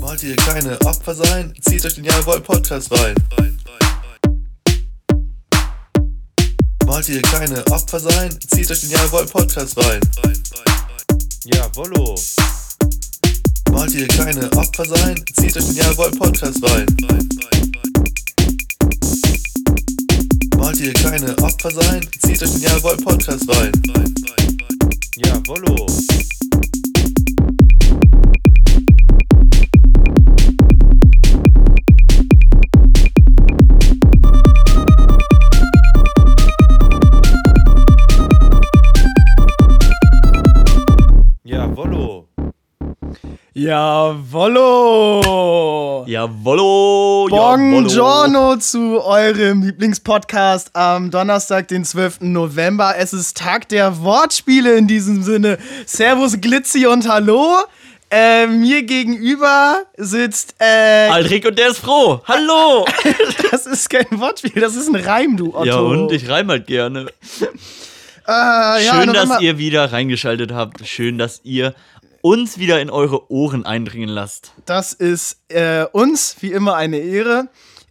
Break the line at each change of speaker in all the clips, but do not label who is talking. Wollt ihr kleine Opfer sein? Zieht euch den Jawohl Podcast rein. Wollt ihr kleine Opfer sein? Zieht euch den Jawohl Podcast rein.
Jawollo.
Wollt ihr kleine Opfer sein? Zieht euch den Jawohl Podcast rein. Wollt ihr kleine Opfer sein? Zieht euch den Jawohl Podcast rein.
Jawollo. Jawollo.
Jawollo!
Jawollo,
Buongiorno zu eurem Lieblingspodcast am Donnerstag, den 12. November. Es ist Tag der Wortspiele in diesem Sinne. Servus, Glitzi und Hallo. Äh, mir gegenüber sitzt. Äh,
Alrik und der ist froh. Hallo.
das ist kein Wortspiel, das ist ein Reim, du Otto.
Ja, und ich reim halt gerne.
Äh, ja,
Schön, dass
November-
ihr wieder reingeschaltet habt. Schön, dass ihr uns wieder in eure Ohren eindringen lasst.
Das ist äh, uns wie immer eine Ehre.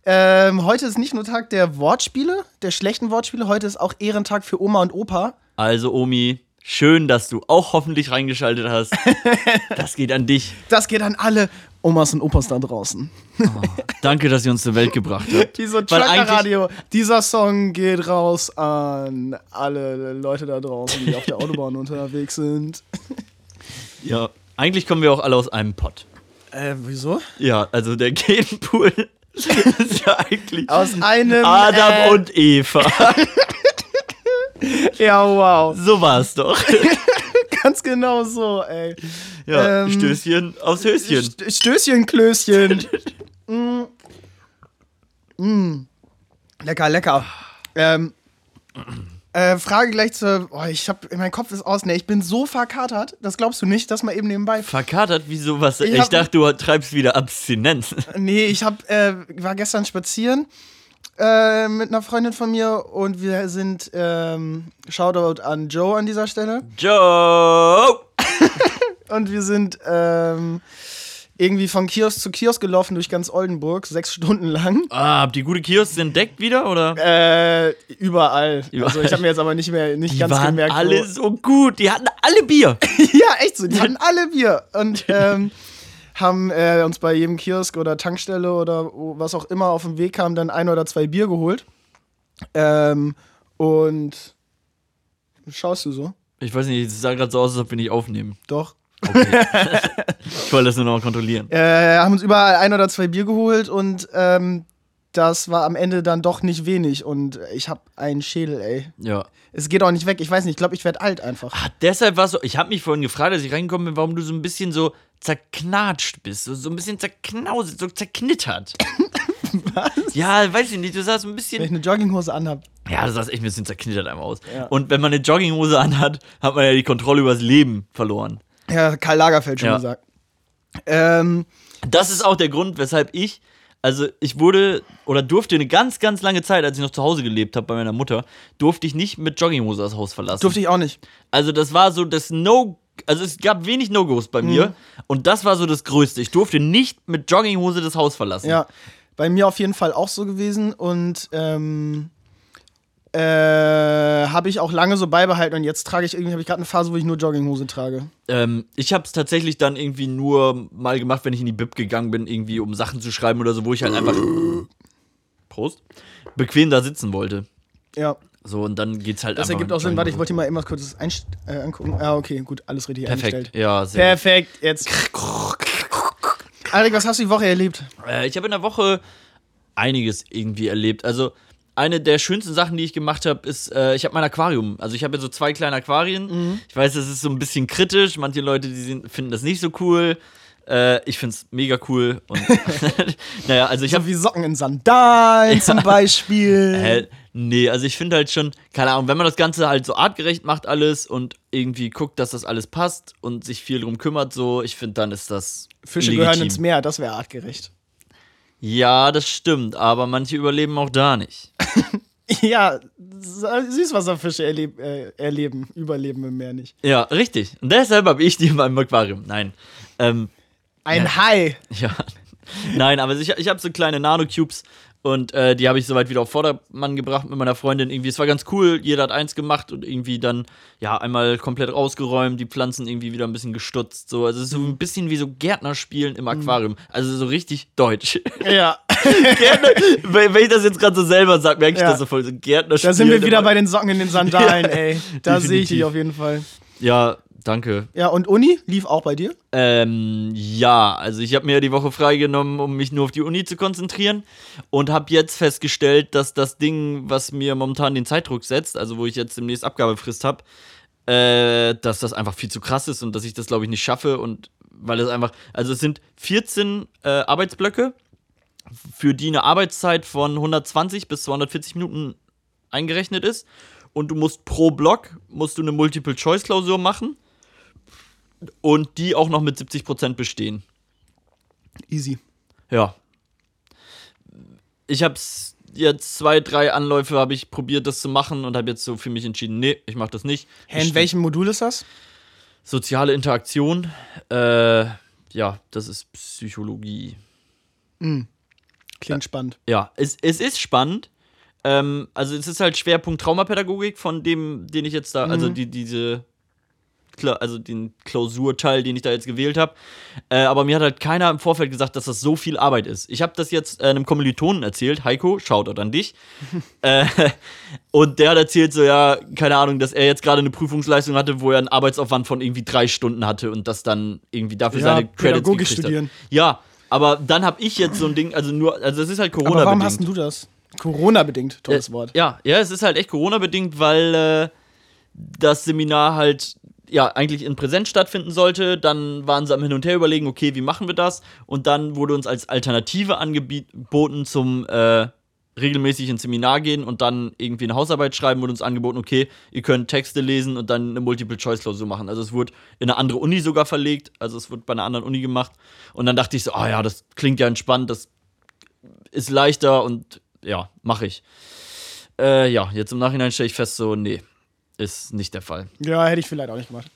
Ähm, heute ist nicht nur Tag der Wortspiele, der schlechten Wortspiele, heute ist auch Ehrentag für Oma und Opa.
Also, Omi, schön, dass du auch hoffentlich reingeschaltet hast. Das geht an dich.
Das geht an alle Omas und Opas da draußen.
Danke, dass ihr uns zur Welt gebracht habt.
Wieso
Weil eigentlich-
Trucker-Radio? Dieser Song geht raus an alle Leute da draußen, die auf der Autobahn unterwegs sind.
Ja, eigentlich kommen wir auch alle aus einem Pott.
Äh, wieso?
Ja, also der Genpool ist ja eigentlich
Aus einem.
Adam
äh,
und Eva.
Ja, wow.
So war's doch.
Ganz genau so, ey.
Ja,
Ähm,
Stößchen aufs Höschen.
St- Stößchen, Klößchen. mm. Mm. Lecker, lecker. Ähm, äh, Frage gleich zur. Oh, ich hab. Mein Kopf ist aus. Ne, ich bin so verkatert. Das glaubst du nicht, dass man eben nebenbei.
Verkatert wie sowas. Ich,
Ich hab-
dachte, du treibst wieder Abstinenz.
Nee, ich hab, äh, war gestern spazieren äh, mit einer Freundin von mir und wir sind, ähm, Shoutout an Joe an dieser Stelle.
Joe!
Und wir sind ähm, irgendwie von Kiosk zu Kiosk gelaufen durch ganz Oldenburg, sechs Stunden lang.
Ah, habt ihr gute Kiosks entdeckt wieder, oder?
Äh, überall. Also
Überall.
ich habe mir jetzt aber nicht mehr, nicht
Die
ganz
waren
gemerkt. wo-
alle so gut. Die hatten alle Bier.
Ja, echt so. Die hatten alle Bier. Und ähm, haben äh, uns bei jedem Kiosk oder Tankstelle oder wo- was auch immer auf dem Weg kam, dann ein oder zwei Bier geholt. Ähm, und schaust du so?
Ich weiß nicht, es sah gerade so aus, als ob wir nicht aufnehmen.
Doch.
Ich wollte das nur noch mal kontrollieren.
Äh, haben uns überall ein oder zwei Bier geholt und ähm, das war am Ende dann doch nicht wenig. Und ich hab einen Schädel, ey.
Ja.
Es geht auch nicht weg. Ich weiß nicht, ich glaube, ich werd alt einfach.
Ah, deshalb warst du. Ich habe mich vorhin gefragt, als ich reingekommen bin, warum du so ein bisschen so zerknatscht bist. So, so ein bisschen zerknauset, so zerknittert. Was? Ja, weiß ich nicht. Du sahst ein bisschen.
Wenn ich eine Jogginghose anhab.
Ja, das sah echt ein bisschen zerknittert einmal aus.
Ja.
Und wenn man eine Jogginghose anhat, hat man ja die Kontrolle übers Leben verloren.
Ja, Karl Lagerfeld schon
Ja.
gesagt. Ähm,
Das ist auch der Grund, weshalb ich, also ich wurde oder durfte eine ganz, ganz lange Zeit, als ich noch zu Hause gelebt habe bei meiner Mutter, durfte ich nicht mit Jogginghose das Haus verlassen.
durfte ich auch nicht.
Also das war so das No, also es gab wenig No-Gos bei mir
Mhm.
und das war so das Größte. Ich durfte nicht mit Jogginghose das Haus verlassen.
Ja, bei mir auf jeden Fall auch so gewesen und ähm, äh, habe ich auch lange so beibehalten und jetzt trage ich irgendwie, habe ich gerade eine Phase, wo ich nur Jogginghose trage.
Ähm, ich habe es tatsächlich dann irgendwie nur mal gemacht, wenn ich in die Bib gegangen bin, irgendwie um Sachen zu schreiben oder so, wo ich halt einfach Prost bequem da sitzen wollte.
Ja,
So und dann geht's halt
das
einfach.
ergibt
mit
auch Sinn. Warte, ich wollte
Jogginghose.
dir mal eben was kurzes einst- äh, angucken. Ah, okay, gut, alles richtig
Perfekt.
eingestellt.
Ja, sehr.
Perfekt, jetzt. Alrik, was hast du die Woche erlebt?
Äh, ich habe in der Woche einiges irgendwie erlebt. Also eine der schönsten Sachen, die ich gemacht habe, ist, äh, ich habe mein Aquarium. Also ich habe ja so zwei kleine Aquarien. Ich weiß, das ist so ein bisschen kritisch. Manche Leute, die sind, finden das nicht so cool. Äh, ich finde es mega cool. Und naja, also ich habe
So wie Socken in Sandalen zum Beispiel.
Hä? Nee, also ich finde halt schon, keine Ahnung, wenn man das Ganze halt so artgerecht macht alles und irgendwie guckt, dass das alles passt und sich viel drum kümmert, so, ich finde, dann ist das.
Fische
legitim.
gehören ins Meer, das wäre artgerecht.
Ja, das stimmt, aber manche überleben auch da nicht.
Ja, Süßwasserfische erleb äh, erleben, überleben im Meer nicht.
Ja, richtig. Und deshalb habe ich die in meinem Aquarium. Nein. Ähm,
Ein Hai.
Ja. Nein, aber ich, ich habe so kleine Nanocubes und äh, die habe ich soweit wieder auf Vordermann gebracht mit meiner Freundin. Irgendwie, es war ganz cool, jeder hat eins gemacht und irgendwie dann, ja, einmal komplett rausgeräumt, die Pflanzen irgendwie wieder ein bisschen gestutzt. So. Also es ist so ein bisschen wie so Gärtnerspielen im
Mhm.
Aquarium. Also so richtig deutsch.
Ja.
Gärtner, wenn wenn ich das jetzt gerade so selber sage, merke ich
Ja.
das so voll. So Gärtnerspielen.
Da sind wir wieder
im-
bei den Socken in den Sandalen, ey. Da sehe ich dich
definitiv.
auf jeden Fall.
Ja, danke.
Ja, und Uni lief auch bei dir?
Ähm, ja, also ich habe mir die Woche freigenommen, um mich nur auf die Uni zu konzentrieren und habe jetzt festgestellt, dass das Ding, was mir momentan den Zeitdruck setzt, also wo ich jetzt demnächst Abgabefrist habe, äh, dass das einfach viel zu krass ist und dass ich das, glaube ich, nicht schaffe und weil es einfach, also es sind 14 äh, Arbeitsblöcke, für die eine Arbeitszeit von 120 bis 240 Minuten eingerechnet ist und du musst pro Block, musst du eine Multiple-Choice-Klausur machen und die auch noch mit 70% bestehen.
Easy.
Ja. Ich hab's jetzt zwei, drei Anläufe habe ich probiert, das zu machen und habe jetzt so für mich entschieden, nee, ich mache das nicht.
Hä, in welchem Modul ist das?
Soziale Interaktion, äh, ja, das ist Psychologie.
Klingt spannend.
Ja, es, es ist spannend. Ähm, also es ist halt Schwerpunkt Traumapädagogik von dem, den ich jetzt da, also
Mhm.
die, diese, Kla also den Klausurteil, den ich da jetzt gewählt habe. Äh, aber mir hat halt keiner im Vorfeld gesagt, dass das so viel Arbeit ist. Ich habe das jetzt äh, einem Kommilitonen erzählt, Heiko, Shoutout an dich. äh, und der hat erzählt so, ja, keine Ahnung, dass er jetzt gerade eine Prüfungsleistung hatte, wo er einen Arbeitsaufwand von irgendwie drei Stunden hatte und das dann irgendwie dafür
Ja,
seine Credits
Pädagogik
gekriegt
studieren.
hat. Ja, aber dann habe ich jetzt so ein Ding, also nur, also das ist halt Corona.
Aber warum hast denn du das? Corona-bedingt, tolles
Äh,
Wort.
Ja, ja, es ist halt echt Corona-bedingt, weil äh, das Seminar halt ja eigentlich in Präsenz stattfinden sollte. Dann waren sie am Hin und Her überlegen, okay, wie machen wir das? Und dann wurde uns als Alternative angeboten zum äh, regelmäßig ins Seminar gehen und dann irgendwie eine Hausarbeit schreiben, wurde uns angeboten, okay, ihr könnt Texte lesen und dann eine Multiple-Choice-Klausur machen. Also es wurde in eine andere Uni sogar verlegt, also es wurde bei einer anderen Uni gemacht. Und dann dachte ich so, ah ja, das klingt ja entspannt, das ist leichter und ja, mache ich. Äh, ja, jetzt im Nachhinein stelle ich fest, so, nee, ist nicht der Fall.
Ja, hätte ich vielleicht auch nicht gemacht.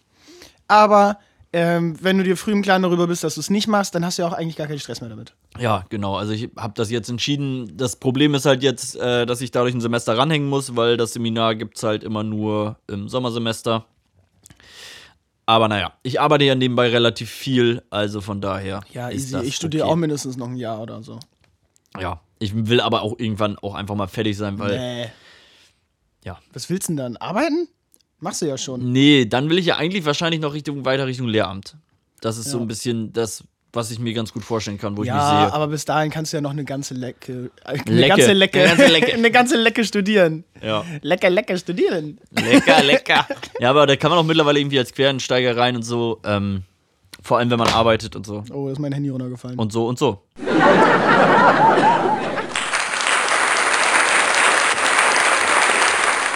Aber ähm, wenn du dir früh im Klaren darüber bist, dass du es nicht machst, dann hast du ja auch eigentlich gar keinen Stress mehr damit.
Ja, genau. Also ich habe das jetzt entschieden. Das Problem ist halt jetzt, äh, dass ich dadurch ein Semester ranhängen muss, weil das Seminar gibt es halt immer nur im Sommersemester. Aber naja, ich arbeite ja nebenbei relativ viel, also von daher.
Ja,
ist
easy.
das
Ich studiere
okay.
auch mindestens noch ein Jahr oder so.
Ja, ich will aber auch irgendwann auch einfach mal fertig sein, weil
Nee.
Ja.
Äh. Was willst du denn dann? Arbeiten? Machst du ja schon.
Nee, dann will ich ja eigentlich wahrscheinlich noch Richtung weiter Richtung Lehramt. Das ist so
Ja.
ein bisschen das, was ich mir ganz gut vorstellen kann, wo ich mich
Ja,
sehe.
aber bis dahin kannst du ja noch eine ganze Lecke. äh, Eine
Lecke.
ganze Lecke.
Eine ganze Lecke.
eine ganze Lecke studieren.
Ja.
Lecker, lecker studieren.
Lecker, lecker. ja, aber da kann man auch mittlerweile irgendwie als Quereinsteiger rein und so. Ähm, vor allem, wenn man arbeitet und so.
Oh, ist mein Handy runtergefallen.
Und so und so.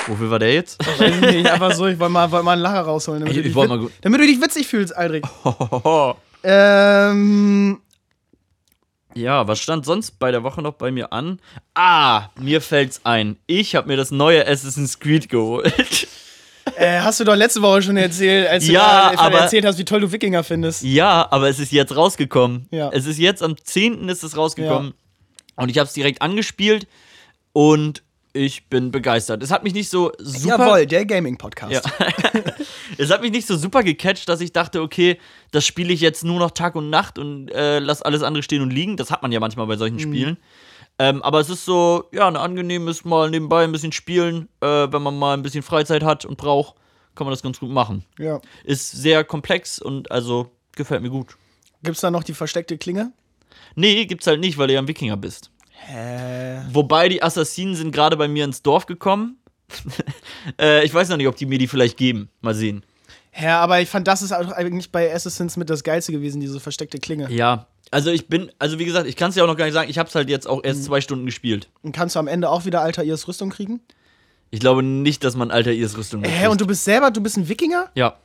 Wofür war der jetzt?
Weiß ich nicht, einfach so, ich wollte mal, wollte mal einen Lacher rausholen, damit,
Ich-
du,
ich
dich
wollte
wit-
mal gut-
damit du dich witzig fühlst, Aldrich.
ja,
Ähm,
was stand sonst bei der Woche noch bei mir an? Ah, mir fällt's ein. Ich habe mir das neue Assassin's Creed geholt.
äh, hast du doch letzte Woche schon erzählt, als
Ja,
du davon
aber-
erzählt hast, wie toll du Wikinger findest.
Ja, aber es ist jetzt rausgekommen.
Ja.
Es ist jetzt am 10. ist es rausgekommen. Und ich habe es direkt angespielt und ich bin begeistert. Es hat mich nicht so super
Jawohl, der Gaming-Podcast.
Ja. es hat mich nicht so super gecatcht, dass ich dachte, okay, das spiele ich jetzt nur noch Tag und Nacht und äh, lass alles andere stehen und liegen. Das hat man ja manchmal bei
Mhm.
solchen Spielen. Ähm, aber es ist so, ja, ein angenehmes Mal nebenbei ein bisschen spielen. Äh, wenn man mal ein bisschen Freizeit hat und braucht, kann man das ganz gut machen.
Ja.
Ist sehr komplex und also gefällt mir gut.
Gibt's da noch die versteckte Klinge?
Nee, gibt's halt nicht, weil du ja ein Wikinger bist.
Hä?
Wobei die Assassinen sind gerade bei mir ins Dorf gekommen. äh, ich weiß noch nicht, ob die mir die vielleicht geben. Mal sehen.
Hä, aber ich fand, das ist auch eigentlich bei Assassins mit das Geilste gewesen, diese versteckte Klinge.
Ja, also ich bin, also wie gesagt, ich kann es ja auch noch gar nicht sagen. Ich habe es halt jetzt auch erst
Mhm.
zwei Stunden gespielt.
Und kannst du am Ende auch wieder Alter ihres Rüstung kriegen?
Ich glaube nicht, dass man alter ihres Rüstung
Hä,
kriegt.
und du bist selber, du bist ein Wikinger?
Ja,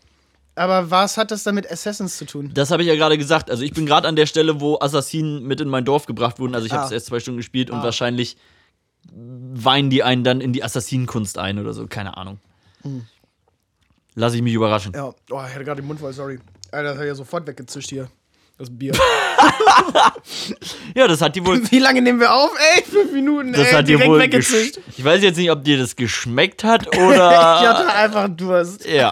Aber was hat das dann mit Assassins zu tun?
das habe ich ja gerade gesagt. Also ich bin gerade an der Stelle, wo Assassinen mit in mein Dorf gebracht wurden. Also ich habe es
Ah.
erst zwei Stunden gespielt und wahrscheinlich weinen die einen dann in die Assassinenkunst ein oder so. Keine Ahnung.
Mhm.
Lass ich mich überraschen.
Ja, oh, ich hatte gerade den Mund voll, sorry. Alter, das hat ja sofort weggezischt hier. Das Bier.
Ja, das hat die wohl.
Wie lange nehmen wir auf? Ey, fünf Minuten.
Das
ey,
hat die
Äh, direkt
wohl.
weggezischt.
gesch- Ich weiß jetzt nicht, ob dir das geschmeckt hat
Ich hatte
oder.
einfach Durst.
ja.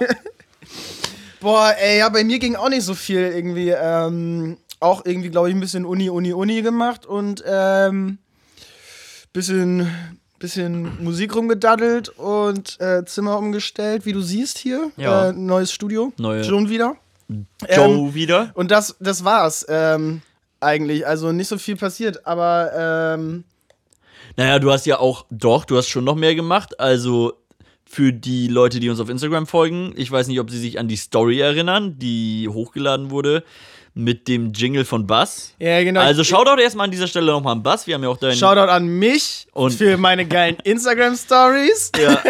Boah, ey, ja, bei mir ging auch nicht so viel irgendwie. Ähm, auch irgendwie, glaube ich, ein bisschen Uni, Uni, Uni gemacht und ähm, bisschen, bisschen Musik rumgedaddelt und äh, Zimmer umgestellt, wie du siehst hier.
Ja.
Äh, neues Studio.
Neue.
Schon wieder. Ähm,
Joe wieder.
Und das, das war's ähm, eigentlich. Also nicht so viel passiert, aber ähm,
Naja, du hast ja auch, doch, du hast schon noch mehr gemacht. Also für die Leute, die uns auf Instagram folgen, ich weiß nicht, ob sie sich an die Story erinnern, die hochgeladen wurde mit dem Jingle von Bass.
ja, genau.
Also Shoutout erstmal an dieser Stelle nochmal an Bass. Wir haben ja auch deinen.
Shoutout an mich
Und-
für meine geilen Instagram-Stories.
Ja,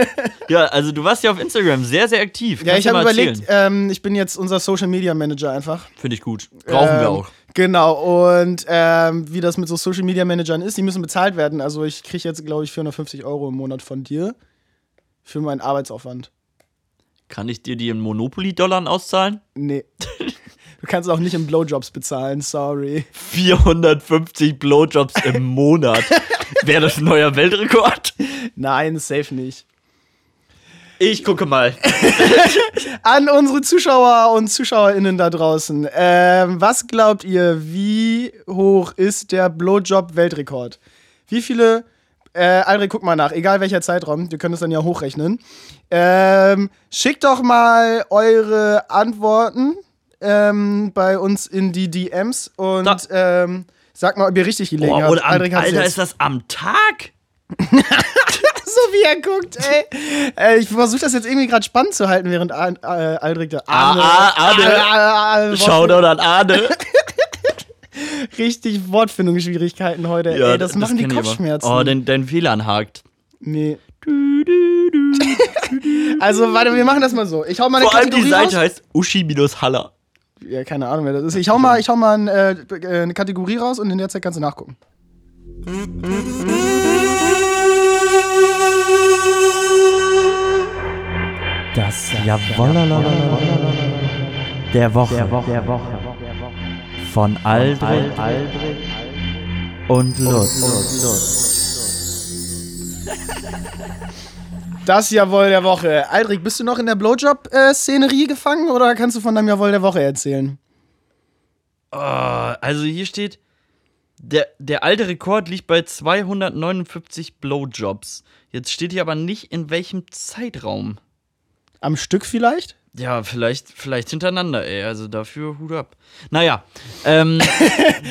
ja, also du warst ja auf Instagram sehr, sehr aktiv.
Ja,
Kannst
ich
du
habe
mal
überlegt,
erzählen?
ähm, ich bin jetzt unser Social Media Manager einfach.
Finde ich gut. Brauchen
ähm,
wir auch.
Genau, und ähm, wie das mit so Social Media Managern ist, die müssen bezahlt werden. Also ich kriege jetzt, glaube ich, 450 Euro im Monat von dir für meinen Arbeitsaufwand.
Kann ich dir die in Monopoly-Dollar auszahlen?
Nee. du kannst auch nicht in Blowjobs bezahlen, sorry.
450 Blowjobs im Monat. Wäre das ein neuer Weltrekord?
Nein, safe nicht.
Ich gucke mal.
An unsere Zuschauer und ZuschauerInnen da draußen. Ähm, was glaubt ihr, wie hoch ist der Blowjob-Weltrekord? Wie viele. Äh, Alrik, guck mal nach, egal welcher Zeitraum, wir können es dann ja hochrechnen. Ähm, schickt doch mal eure Antworten ähm, bei uns in die DMs und
Da.
ähm, sagt mal, ob ihr richtig gelegen
Boah,
habt.
und am,
Alrik hat's
Alter,
jetzt.
ist das am Tag?
So wie er guckt, ey. äh, ich versuche das jetzt irgendwie gerade spannend zu halten, während Al äh, Aldrich da. Arne,
ah, Arne.
Arne,
Shoutout an Arne.
Richtig Wortfindungsschwierigkeiten heute. ey, das, machen die
kenn ich aber.
Kopfschmerzen.
Oh, dein, dein WLAN hakt.
nee. Also, warte, wir machen das mal so. Ich hau mal eine
Vor allem die
Kategorie
Seite halt. heißt
raus.
Uschi-Haller.
Ja, keine Ahnung, wer das ist. Ich hau mal, ich hau mal ein, äh, äh, eine Kategorie raus und in der Zeit kannst du nachgucken.
Das Jawollalala der Woche, der Woche, der Woche. von Aldrin, Aldrin und Lutz.
Das Jawohl der Woche. Aldrich, bist du noch in der Blowjob-Szenerie äh, gefangen oder kannst du von deinem Jawohl der Woche erzählen?
Oh, also hier steht, der, der alte Rekord liegt bei 259 Blowjobs. Jetzt steht hier aber nicht, in welchem Zeitraum.
Am Stück vielleicht?
Ja, vielleicht, vielleicht hintereinander, ey. Also dafür Hut ab. Naja, ähm,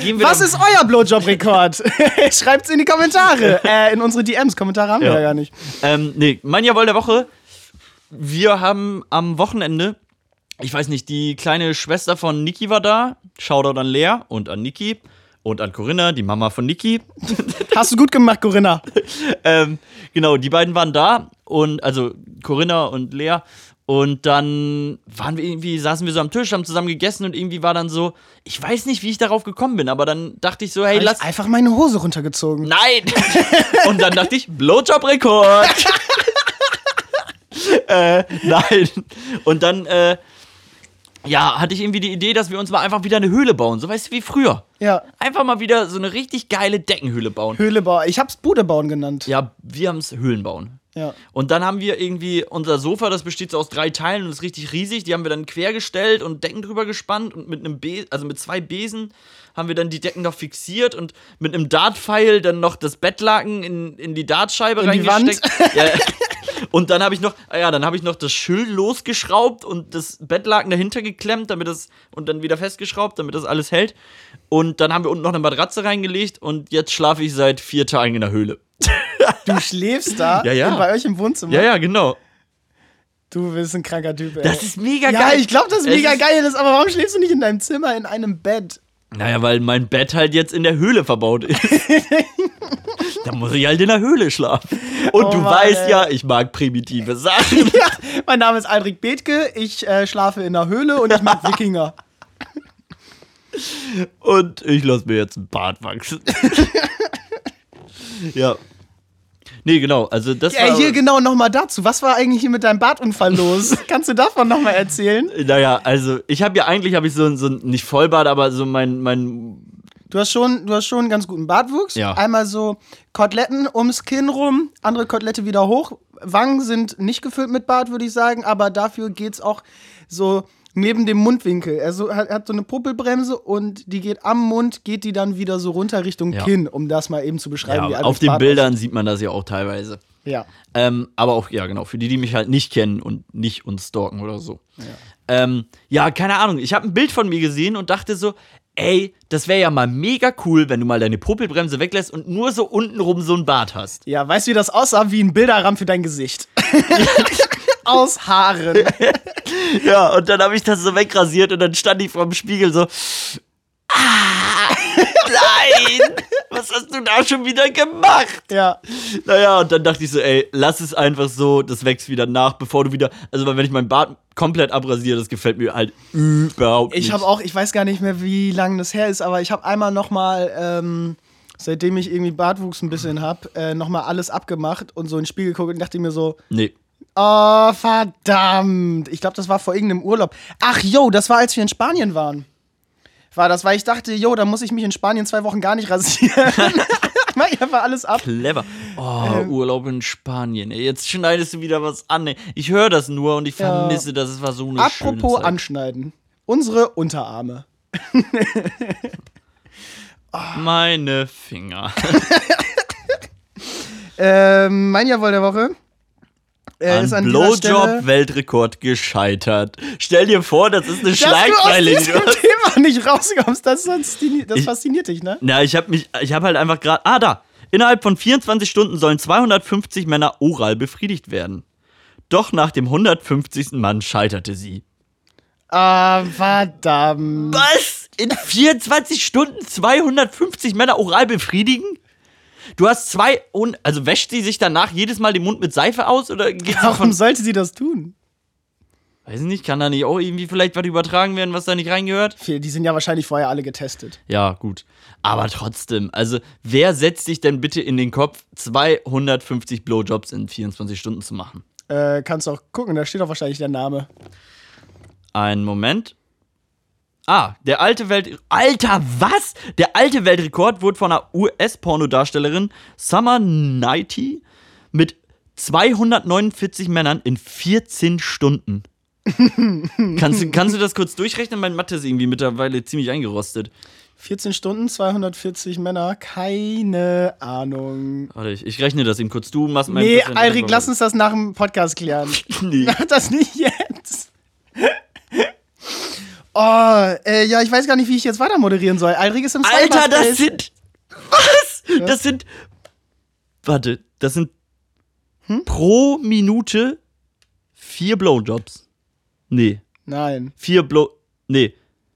gehen wir
Was
dann-
ist euer Blowjob-Rekord? Schreibt's in die Kommentare. Äh, in unsere DMs. Kommentare haben wir
Ja.
ja gar nicht.
Ähm, nee, mein Jawohl der Woche. Wir haben am Wochenende, ich weiß nicht, die kleine Schwester von Niki war da. Shoutout an Lea und an Niki und an Corinna, die Mama von Niki.
Hast du gut gemacht, Corinna.
ähm, genau, die beiden waren da und also Corinna und Lea und dann waren wir irgendwie saßen wir so am Tisch, haben zusammen gegessen und irgendwie war dann so, ich weiß nicht, wie ich darauf gekommen bin, aber dann dachte ich so, hey,
Hab
lass
ich einfach meine Hose runtergezogen.
Nein! Und dann dachte ich, Blowjob-Rekord! äh, nein. Und dann, äh, ja, hatte ich irgendwie die Idee, dass wir uns mal einfach wieder eine Höhle bauen. So weißt du, wie früher.
Ja.
Einfach mal wieder so eine richtig geile Deckenhöhle bauen.
Höhle bauen. Ich hab's Bude bauen genannt.
Ja, wir haben es Höhlen bauen.
Ja.
Und dann haben wir irgendwie unser Sofa, das besteht so aus drei Teilen und ist richtig riesig. Die haben wir dann quer gestellt und Decken drüber gespannt und mit einem Be also mit zwei Besen haben wir dann die Decken noch fixiert und mit einem Dartpfeil dann noch das Bettlaken in, in die Dartscheibe
In die
reingesteckt. Ja. Und dann habe ich noch, ah ja, dann habe ich noch das Schild losgeschraubt und das Bettlaken dahinter geklemmt, damit das und dann wieder festgeschraubt, damit das alles hält. Und dann haben wir unten noch eine Matratze reingelegt und jetzt schlafe ich seit vier Tagen in der Höhle.
Du schläfst da
Ja, ja.
in- bei euch im Wohnzimmer.
Ja, ja, genau.
Du bist ein kranker Typ, ey.
Das ist mega
ja,
geil.
ich glaube, das ist
Es
mega geil. Ist, aber warum schläfst du nicht in deinem Zimmer in einem Bett?
Naja, weil mein Bett halt jetzt in der Höhle verbaut ist. da muss ich halt in der Höhle schlafen. Und
Oh
du
Mann,
weißt
ey.
ja, ich mag primitive Sachen.
Ja, mein Name ist Aldrich Bethke. Ich äh, schlafe in einer Höhle und ich mag Wikinger.
Und ich lasse mir jetzt ein Bart wachsen. ja. Nee, genau. Also das
Äh,
war.
hier genau nochmal dazu. Was war eigentlich hier mit deinem Bartunfall los? Kannst du davon nochmal erzählen?
naja, also ich habe ja eigentlich habe ich so ein, so ein nicht Vollbart, aber so mein mein
Du hast schon, du hast schon einen ganz guten Bartwuchs.
Ja.
Einmal so Koteletten ums Kinn rum, andere Kotelette wieder hoch. Wangen sind nicht gefüllt mit Bart, würde ich sagen, aber dafür geht's auch so neben dem Mundwinkel. Er so, hat, hat so eine Puppelbremse und die geht am Mund, geht die dann wieder so runter Richtung
Ja.
Kinn, um das mal eben zu
ja,
beschreiben. wie
auf
Albrecht
den
Bart
Bildern sieht man das ja auch teilweise.
aussieht. Ja.
Ähm, aber auch, ja, genau, für die, die mich halt nicht kennen und nicht uns stalken oder so. Ja, ähm, ja keine Ahnung. Ich habe ein Bild von mir gesehen und dachte so, ey, das wäre ja mal mega cool, wenn du mal deine Popelbremse weglässt und nur so untenrum so ein Bart hast.
ja, weißt du, wie das aussah? Wie ein Bilderrahmen für dein Gesicht. Aus Haaren.
Ja, und dann habe ich das so wegrasiert und dann stand ich vor dem Spiegel so. Ah, nein! Was hast du da schon wieder gemacht?
Ja.
Naja, und dann dachte ich so, ey, lass es einfach so, das wächst wieder nach, bevor du wieder. Also, weil wenn ich meinen Bart komplett abrasiere, das gefällt mir halt überhaupt nicht.
Ich habe auch, ich weiß gar nicht mehr, wie lange das her ist, aber ich habe einmal nochmal, ähm, seitdem ich irgendwie Bartwuchs ein bisschen habe, äh, nochmal alles abgemacht und so in den Spiegel geguckt und dachte mir so,
Nee.
oh verdammt, ich glaube, das war vor irgendeinem Urlaub. Ach yo, das war, als wir in Spanien waren. War das, weil ich dachte, yo, da muss ich mich in Spanien zwei Wochen gar nicht rasieren. Mach ich einfach alles ab.
Clever. Oh,
Ähm.
Urlaub in Spanien. Ey, jetzt schneidest du wieder was an. Ey. Ich höre das nur und ich vermisse das. Es war so eine schöne
Apropos
Zeit.
anschneiden. Unsere Unterarme.
Meine Finger.
Ähm, mein Jawohl der Woche. Äh,
an,
dieser Stelle-
Blowjob-Weltrekord gescheitert. Stell dir vor, das ist eine
dass du aus
Schlagzeile. die
diesem
du-
Thema nicht rauskommst, das, faszini- das
Ich-
fasziniert dich, ne?
Na, ich habe mich, ich habe halt einfach gerade. Ah, da. Innerhalb von 24 Stunden sollen 250 Männer oral befriedigt werden. Doch nach dem 150. Mann scheiterte sie.
Ah, verdammt.
Was? In 24 Stunden 250 Männer oral befriedigen? Du hast zwei. Un also wäscht sie sich danach jedes Mal den Mund mit Seife aus oder geht's
Warum sollte sie das tun?
Weiß ich nicht, kann da nicht auch irgendwie vielleicht was übertragen werden, was da nicht reingehört?
Die sind ja wahrscheinlich vorher alle getestet.
Ja, gut. Aber trotzdem, also wer setzt sich denn bitte in den Kopf, 250 Blowjobs in 24 Stunden zu machen?
Äh, kannst auch gucken, da steht doch wahrscheinlich der Name.
Einen Moment. Ah, der alte Welt... Alter, was? Der alte Weltrekord wurde von einer US-Pornodarstellerin Summer Nighty mit 249 Männern in 14 Stunden. kannst, du, kannst du das kurz durchrechnen? Mein Mathe ist irgendwie mittlerweile ziemlich eingerostet.
14 Stunden, 240 Männer, keine Ahnung.
Warte, ich, ich rechne das eben kurz. Du machst mein
Nee,
Prozent-
Alrik, lass uns das nach dem Podcast klären.
Nee.
Mach das nicht jetzt. Oh, äh, ja, ich weiß gar nicht, wie ich jetzt weiter moderieren soll. Alrik ist im
Alter, das
Cyberspace.
sind. Was? Das sind. Warte, das sind
Hm?
pro Minute vier Blowjobs. Nee,
Nein.
vier Blow. Nee,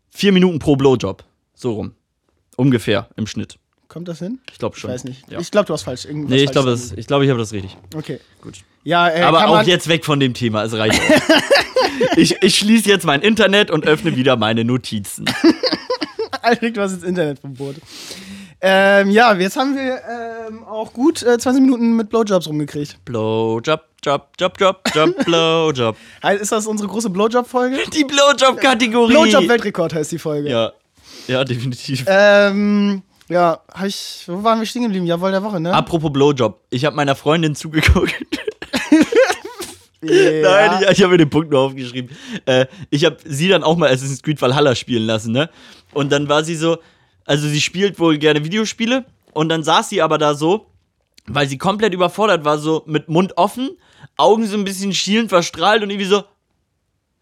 vier Minuten pro Blowjob. So rum. Ungefähr im Schnitt.
Kommt das hin?
Ich glaube
Ich
schon.
weiß nicht.
Ja.
Ich glaube, du hast falsch. Irgendwas
nee, ich
falsch
glaube,
gesagt.
das- ich, glaub, ich habe das richtig.
Okay.
Gut.
Ja, äh,
Aber
kann
auch
man,
jetzt weg von dem Thema, es reicht. auch. ich ich schließe jetzt mein Internet und öffne wieder meine Notizen.
Alrik, du hast jetzt Internetverbot. Ähm, ja, jetzt haben wir ähm, auch gut äh, 20 Minuten mit Blowjobs rumgekriegt.
Blowjob, Job, Job, Job, Job, Blowjob.
Heißt, Ist das unsere große Blowjob-Folge?
Die Blowjob-Kategorie.
Blowjob-Weltrekord heißt die Folge.
Ja, ja, definitiv. Äh,
Ähm, ja, hab ich, wo waren wir stehen geblieben? Jawohl, der Woche, ne?
Apropos Blowjob, ich habe meiner Freundin zugeguckt.
Ja.
Nein, ich, ich habe mir den Punkt nur aufgeschrieben. Äh, ich habe sie dann auch mal Assassin's Creed Valhalla spielen lassen, ne? Und dann war sie so, also sie spielt wohl gerne Videospiele und dann saß sie aber da so, weil sie komplett überfordert war, so mit Mund offen, Augen so ein bisschen schielend verstrahlt und irgendwie so,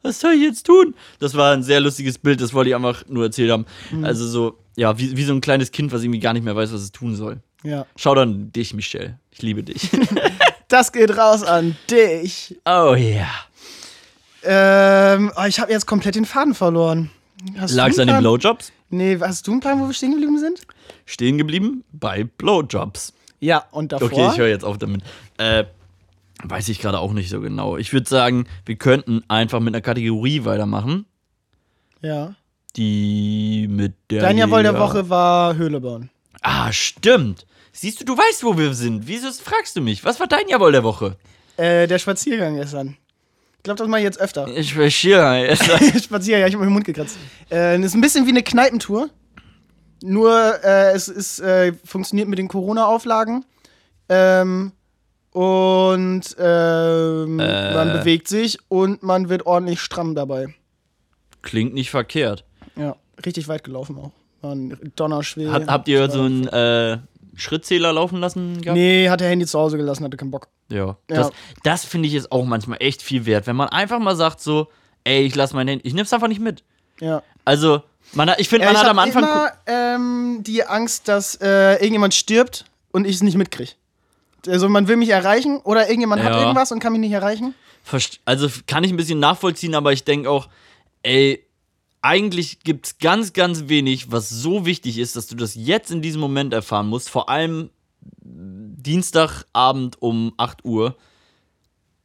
was soll ich jetzt tun? Das war ein sehr lustiges Bild, das wollte ich einfach nur erzählt haben. Also so, ja, wie, wie so ein kleines Kind, was irgendwie gar nicht mehr weiß, was es tun soll.
ja.
Schau dann dich, Michelle. Ich liebe dich.
Das geht raus an dich.
oh yeah.
Ähm, oh, ich habe jetzt komplett den Faden verloren. Hast du
Lag's an
einen
den
Plan?
Blowjobs?
Nee, hast du einen Plan, wo wir stehen geblieben sind?
Stehen geblieben bei Blowjobs.
Ja, und davor.
Okay, ich höre jetzt auf damit. Äh, weiß ich gerade auch nicht so genau. Ich würde sagen, wir könnten einfach mit einer Kategorie weitermachen,
ja.
die mit der.
Dein Jawohl der Woche war Höhle bauen.
Ah, stimmt. Siehst du, du weißt, wo wir sind. Wieso fragst du mich? Was war dein Jawohl der Woche?
Äh, der Spaziergang gestern. Ich glaube, das mache ich jetzt öfter.
Ich verstehe.
Spaziergang, ja, ich habe mir den Mund gekratzt. Äh, ist ein bisschen wie eine Kneipentour. Nur äh, es ist, äh, funktioniert mit den Corona-Auflagen. Ähm, und ähm, man bewegt sich und man wird ordentlich stramm dabei.
Klingt nicht verkehrt.
Ja, richtig weit gelaufen auch. War ein Donnerschwel.
Hab, habt ihr so einen äh, Schrittzähler laufen lassen? Gehabt?
Nee, hat der Handy zu Hause gelassen, hatte keinen Bock.
Ja. Das, das finde ich ist auch manchmal echt viel wert, wenn man einfach mal sagt so, ey, ich lass mein Handy, ich nehm's einfach nicht mit.
Ja.
Also, man, hat- ich finde, man
ich
hat
hab
am Anfang
immer ähm, die Angst, dass äh, irgendjemand stirbt und ich es nicht mitkriege. Also man will mich erreichen oder irgendjemand hat
Ja.
irgendwas und kann mich nicht erreichen.
Verst- also f- kann ich ein bisschen nachvollziehen, aber ich denke auch, ey, eigentlich gibt es ganz, ganz wenig, was so wichtig ist, dass du das jetzt in diesem Moment erfahren musst. Vor allem Dienstagabend um 8 Uhr.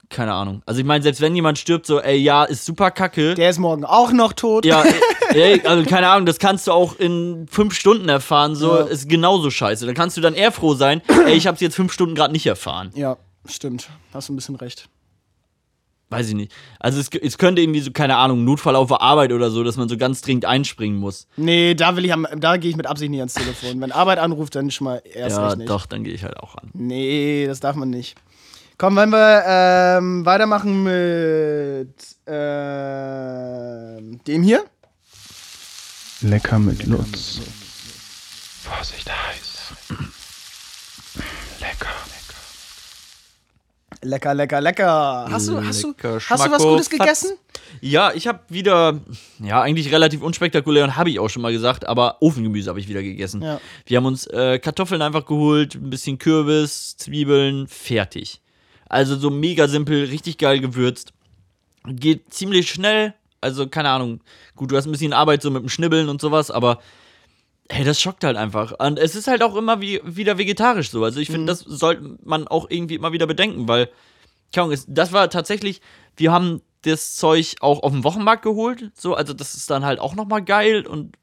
Keine Ahnung. Also ich meine, selbst wenn jemand stirbt, so, ey, ja, ist super kacke.
Der ist morgen auch noch tot.
ja, ey, also keine Ahnung, das kannst du auch in fünf Stunden erfahren, so,
Ja.
ist genauso scheiße. Dann kannst du dann eher froh sein, ey, ich hab's jetzt fünf Stunden gerade nicht erfahren.
Ja, stimmt. Hast du ein bisschen recht.
weiß ich nicht. Also es, es könnte irgendwie so, keine Ahnung, Notfall auf der Arbeit oder so, dass man so ganz dringend einspringen muss.
Nee, da will ich am, da gehe ich mit Absicht nicht ans Telefon. Wenn Arbeit anruft, dann schon mal erst
ja,
recht nicht.
doch, dann gehe ich halt auch an.
Nee, das darf man nicht. Komm, wenn wir ähm, weitermachen mit ähm, dem hier.
Lecker mit Lutz.
Vorsicht, heiß. Lecker.
Lecker, lecker, lecker. Hast du, hast du,
Lecker,
hast du was
Schmacko,
Gutes
Fatz.
gegessen?
Ja, ich habe wieder, ja, eigentlich relativ unspektakulär und habe ich auch schon mal gesagt, aber Ofengemüse habe ich wieder gegessen.
Ja.
Wir haben uns äh, Kartoffeln einfach geholt, ein bisschen Kürbis, Zwiebeln, fertig. Also so mega simpel, richtig geil gewürzt. Geht ziemlich schnell, also keine Ahnung. Gut, du hast ein bisschen Arbeit so mit dem Schnibbeln und sowas, aber hey, das schockt halt einfach. Und es ist halt auch immer wie, wieder vegetarisch so. Also ich finde, das sollte man auch irgendwie immer wieder bedenken, weil keine Ahnung, es- das war tatsächlich, wir haben das Zeug auch auf dem Wochenmarkt geholt, so, also das ist dann halt auch nochmal geil und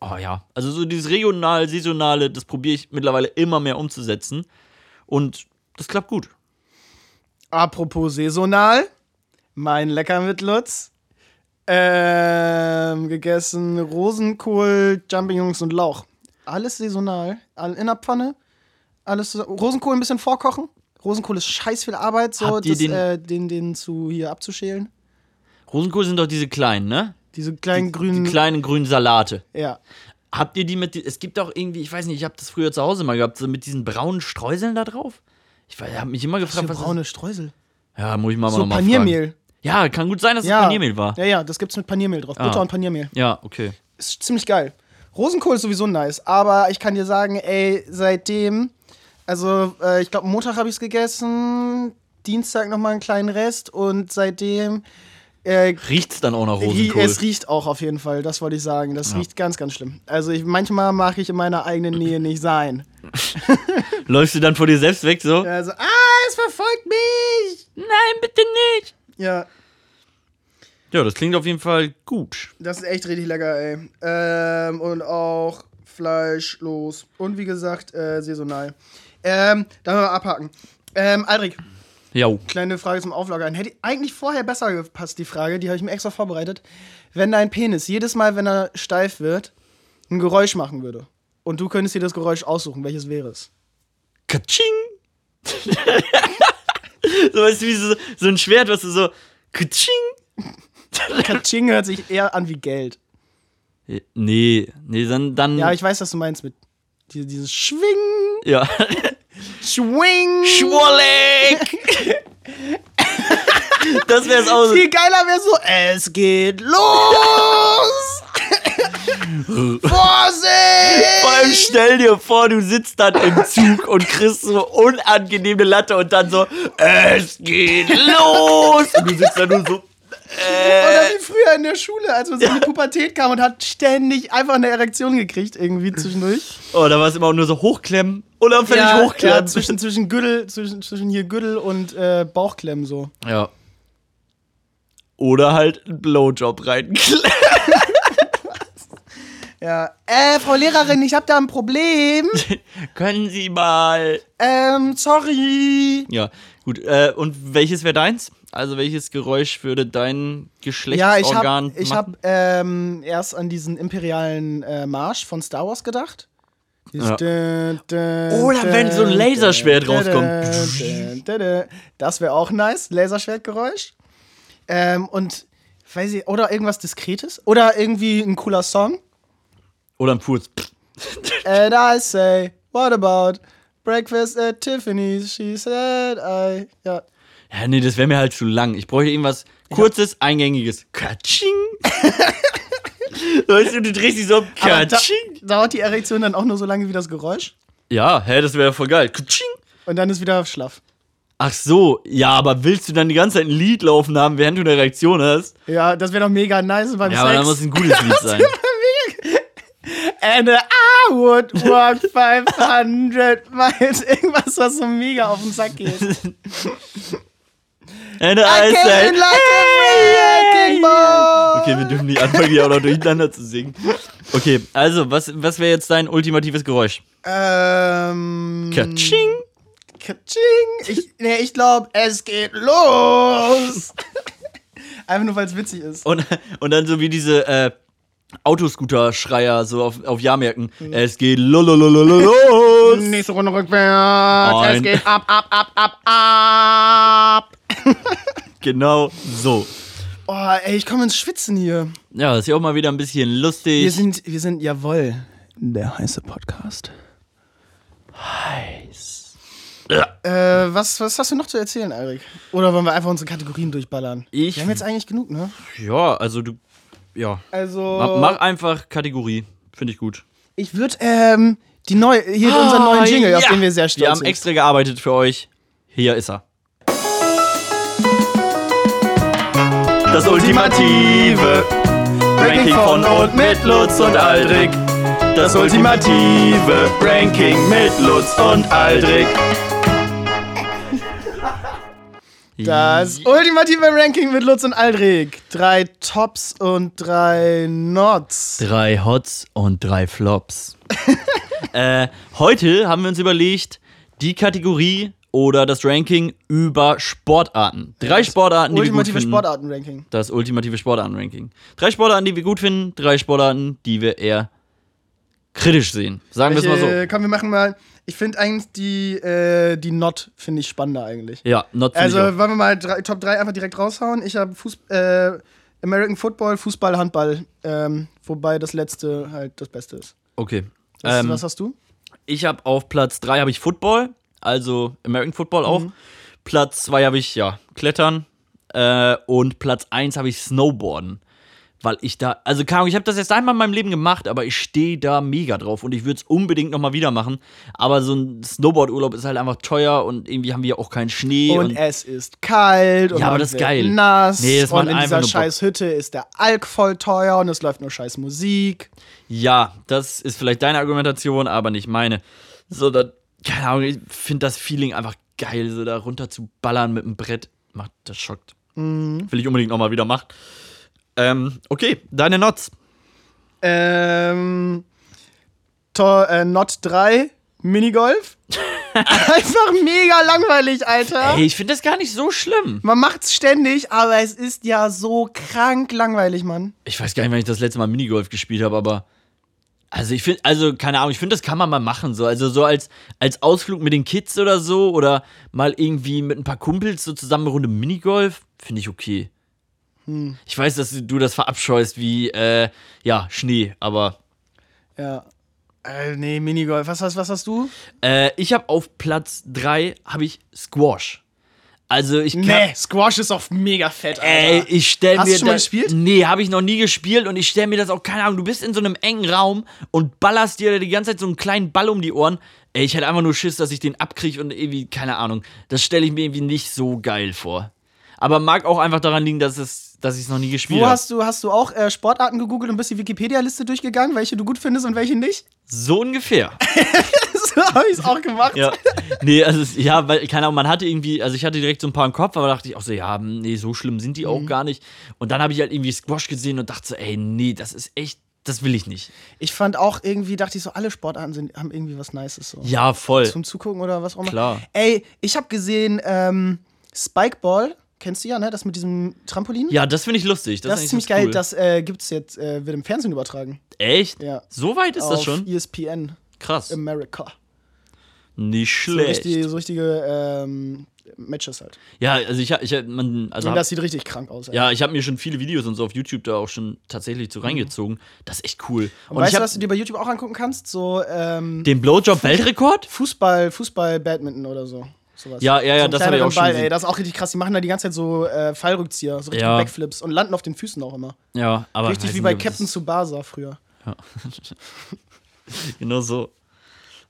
oh ja, also so dieses regional, saisonale, das probiere ich mittlerweile immer mehr umzusetzen und das klappt gut.
Apropos saisonal, mein Lecker mit Lutz. Ähm, gegessen Rosenkohl, Champignons und Lauch. Alles saisonal, all in der Pfanne. Alles zus- Rosenkohl ein bisschen vorkochen. Rosenkohl ist scheiß viel Arbeit, so
Habt ihr
das,
den-
äh, den, den zu hier abzuschälen.
Rosenkohl sind doch diese kleinen, ne?
Diese kleinen
Die
grünen.
kleinen grünen Salate.
ja.
Habt ihr die mit, es gibt auch irgendwie, ich weiß nicht, ich habe das früher zu Hause mal gehabt, so mit diesen braunen Streuseln da drauf. Ich habe mich immer
So
gefragt, was
braune Streusel.
Das? Ja, muss ich mal
So
nochmal
Paniermehl.
Fragen. Ja, kann gut sein, dass es Paniermehl war.
Ja, ja, das gibt's mit Paniermehl drauf.
Ah.
Butter und Paniermehl.
Ja, okay.
ist ziemlich geil. Rosenkohl ist sowieso nice, aber ich kann dir sagen, ey, seitdem, also äh, ich glaube, Montag habe ich es gegessen, Dienstag nochmal einen kleinen Rest und seitdem, äh,
Riecht's dann auch nach
rie
Rosenkohl?
es riecht auch auf jeden Fall, das wollte ich sagen, das riecht ganz, ganz schlimm. Also ich, manchmal mag ich in meiner eigenen Nähe nicht sein.
Läufst du dann vor dir selbst weg so?
Also, ah, es verfolgt mich!
Nein, bitte nicht.
Ja,
Ja, das klingt auf jeden Fall gut.
das ist echt richtig lecker, ey. Ähm, und auch fleischlos und wie gesagt, äh, saisonal. Ähm, da wir abhaken. Ähm, Aldrich,
Ja.
Kleine Frage zum Auflagern. Hätte eigentlich vorher besser gepasst, die Frage, die habe ich mir extra vorbereitet. Wenn dein Penis jedes Mal, wenn er steif wird, ein Geräusch machen würde und du könntest dir das Geräusch aussuchen, welches wäre es?
Katsching. so weißt du, wie so, so ein Schwert, was du so Katsching.
Katsching hört sich eher an wie Geld.
Nee, nee, dann dann
Ja, ich weiß, was du meinst mit die- dieses Schwing,
ja.
Schwing.
Schwolleck. das wär's auch so.
Viel geiler wäre so, es geht los! Vorsicht!
Vor allem stell dir vor, du sitzt dann im Zug und kriegst so unangenehme Latte und dann so, es geht los! Und du sitzt da nur so,
Oder wie früher in der Schule, als man so in die Pubertät kam und hat ständig einfach eine Erektion gekriegt, irgendwie zwischendurch.
Oh, da war es immer nur so hochklemmen. Unauffällig hochklemmen.
Ja, zwischen, zwischen Gürtel, zwischen, zwischen hier Gürtel und äh, Bauchklemmen so.
Ja. Oder halt einen Blowjob reinklemmen.
Ja. Äh, Frau Lehrerin, ich habe da ein Problem.
Können Sie mal.
Ähm, sorry.
Ja, gut. Äh, und welches wäre deins? Also welches Geräusch würde dein
Ja, ich
Geschlechtsorgan
habe ich
machen?
hab, ähm, erst an diesen imperialen äh, Marsch von Star Wars gedacht. Dieses
Ja.
dä, dä,
Oder
dä,
wenn so ein
dä,
Laserschwert
dä,
rauskommt.
dä, dä, dä. Das wäre auch nice, Laserschwertgeräusch. Ähm, und weiß ich, oder irgendwas Diskretes. Oder irgendwie ein cooler Song.
Oder ein Purz.
And I say, what about breakfast at Tiffany's? She said I. Ja.
Ja, nee, das wäre mir halt zu lang. Ich bräuchte irgendwas kurzes, eingängiges. Katsching. weißt du, du drehst dich so um.
Aber da,
Katsching.
dauert die Erektion dann auch nur so lange wie das Geräusch.
Ja, hä, das wäre voll geil. Katsching.
Und dann ist wieder schlaff.
Ach so, ja, aber willst du dann die ganze Zeit ein Lied laufen haben, während du eine Reaktion hast?
Ja, das wäre doch mega nice beim
Ja, aber
Sex.
dann muss ein gutes Lied sein.
And I would walk 500 miles. Irgendwas, was so mega auf den Sack geht. I
And I
came in
said,
like a wrecking ball.
okay, wir dürfen nicht anfangen, die auch noch durcheinander zu singen. Okay, also, was, was wäre jetzt dein ultimatives Geräusch?
Ähm.
Katsching.
Katsching. Ich, nee, ich glaube, es geht los. Einfach nur, weil es witzig ist.
Und, und dann so wie diese äh, Autoscooter-Schreier so auf, auf Jahrmärkten.
Mm.
Es geht lololololol los.
Nächste Runde rückwärts.
Ein-
Es geht ab, ab, ab, ab, ab.
genau so.
Oh, ey, ich komme ins Schwitzen hier.
Ja, das ist ja auch mal wieder ein bisschen
Wir
lustig.
sind, wir sind, jawoll, der heiße Podcast. Heiß. Äh, was, was hast du noch zu erzählen, Erik? Oder wollen wir einfach unsere Kategorien durchballern?
Ich-
Wir haben jetzt eigentlich genug, ne?
Ja, also du. Ja.
Also.
Ma- Mach einfach Kategorie. Finde ich gut.
Ich würde, ähm, die neue, hier unseren neuen Jingle, auf den wir sehr stolz
Ah, Wir haben
sind.
extra gearbeitet für euch. Hier ist er. Das ultimative Ranking von und mit Lutz und Aldrich. Das ultimative Ranking mit Lutz und Aldrich.
Das ultimative Ranking mit Lutz und Aldrich. Drei Tops und drei Nots.
Drei Hots und drei Flops. äh, heute haben wir uns überlegt, die Kategorie oder das Ranking über Sportarten. Drei Sportarten, die wir gut
Ultimative
finden.
Sportarten-Ranking.
Das ultimative Sportarten-Ranking. Drei Sportarten, die wir gut finden, drei Sportarten, die wir eher kritisch sehen. Sagen wir es mal so.
Äh, Komm, wir machen mal. Ich finde eigentlich die, äh, die Not, finde ich spannender eigentlich.
Ja, not
Also
also,
wollen wir mal drei, Top 3 einfach direkt raushauen. Ich habe Fuß, äh, American Football, Fußball, Handball. Ähm, wobei das letzte halt das Beste ist.
Okay.
Was,
Ähm,
was hast du?
ich habe auf Platz 3 habe ich Football, also American Football auch. Platz 2 habe ich ja Klettern äh, und Platz 1 habe ich Snowboarden, weil ich da also keine Ahnung, ich habe das jetzt einmal in meinem Leben gemacht, aber ich stehe da mega drauf und ich würde es unbedingt noch mal wieder machen, aber so ein Snowboardurlaub ist halt einfach teuer und irgendwie haben wir auch keinen Schnee
Und, es ist kalt und
E Ja, aber
man
das ist
wird
geil.
nass
Nee, das macht
und in
einfach
dieser
nur Bock.
scheiß Hütte ist der Alk voll teuer und es läuft nur scheiß Musik.
Ja, das ist vielleicht deine Argumentation, aber nicht meine. Sondern, keine Ahnung, ich finde das Feeling einfach geil, so da runter zu ballern mit dem Brett. Macht, das schockt. Will ich unbedingt nochmal wieder machen. Ähm, okay, deine Nots.
Ähm, Tor, äh, Not 3, Minigolf. Einfach mega langweilig, Alter.
Ey, ich finde das gar nicht so schlimm.
Man macht's ständig, aber es ist ja so krank langweilig, Mann.
Ich weiß gar nicht, wann ich das letzte Mal Minigolf gespielt habe, aber. Also ich finde, also keine Ahnung, ich finde, das kann man mal machen. So. Also so als, als Ausflug mit den Kids oder so oder mal irgendwie mit ein paar Kumpels so zusammen eine Runde Minigolf, finde ich okay. Ich weiß, dass du das verabscheust wie, äh, ja, Schnee, aber
Ja. Äh, nee, Minigolf. Was hast, was hast du?
äh, ich habe auf Platz 3 habe ich Squash. Also ich kann,
Squash ist auch mega fett,
Ey, ich stell
Hast
mir
du schon mal
das-
gespielt?
Nee, habe ich noch nie gespielt und ich stell mir das auch keine Ahnung. Du bist in so einem engen Raum und ballerst dir die ganze Zeit so einen kleinen Ball um die Ohren. Ey, ich hätte einfach nur Schiss, dass ich den abkriege und irgendwie keine Ahnung. Das stelle ich mir irgendwie nicht so geil vor. Aber mag auch einfach daran liegen, dass es, dass ich es noch nie gespielt
Wo
habe.
hast du, hast du auch äh, Sportarten gegoogelt und bist die Wikipedia-Liste durchgegangen, welche du gut findest und welche nicht?
So ungefähr.
so habe ich's auch gemacht.
Ja. Nee, also es- ja, weil, keine Ahnung, man hatte irgendwie, also ich hatte direkt so ein paar im Kopf, aber dachte ich auch so, ja,
Mhm.
hm, nee, so schlimm sind die auch gar nicht. Und dann habe ich halt irgendwie Squash gesehen und dachte so, ey, nee, das ist echt das will ich nicht.
Ich fand auch irgendwie, dachte ich so, alle Sportarten sind, haben irgendwie was Nices. So.
Ja, voll.
Zum Zugucken oder was auch immer.
Äh, Klar.
Ey, ich habe gesehen, ähm, Spikeball, kennst du ja, ne? Das mit diesem Trampolin.
Ja, das finde ich lustig. Das,
Das,
ist
ist ziemlich
eigentlich ganz
geil,
cool.
das äh, gibt's jetzt, äh, wird im Fernsehen übertragen.
Echt?
Ja.
So weit ist
Auf E
das schon?
ESPN
Krass.
America.
Nicht
So,
schlecht.
richtig, so richtige ähm, Matches halt.
ja, also ich, ich man, also
Und
hab,
das sieht richtig krank aus. ey.
ja, ich habe mir schon viele Videos und so auf YouTube da auch schon tatsächlich zu reingezogen. Das ist echt cool.
Mhm.
Und
Und, weißt
ich
du,
habe
was du dir bei YouTube auch angucken kannst? So ähm,
den Blowjob Weltrekord?
Fußball, Fußball, Badminton oder so. Sowas.
Ja, ja, ja,
so einen
das hab ich
kleineren
auch schon
Ball,
gesehen.
ey, Das ist auch richtig krass. Die machen da die ganze Zeit so äh, Fallrückzieher, so richtige
Ja.
Backflips und landen auf den Füßen auch immer.
Ja, aber
richtig
weiß
wie
nicht,
bei
ob das-
Captain Tsubasa früher.
Genau so.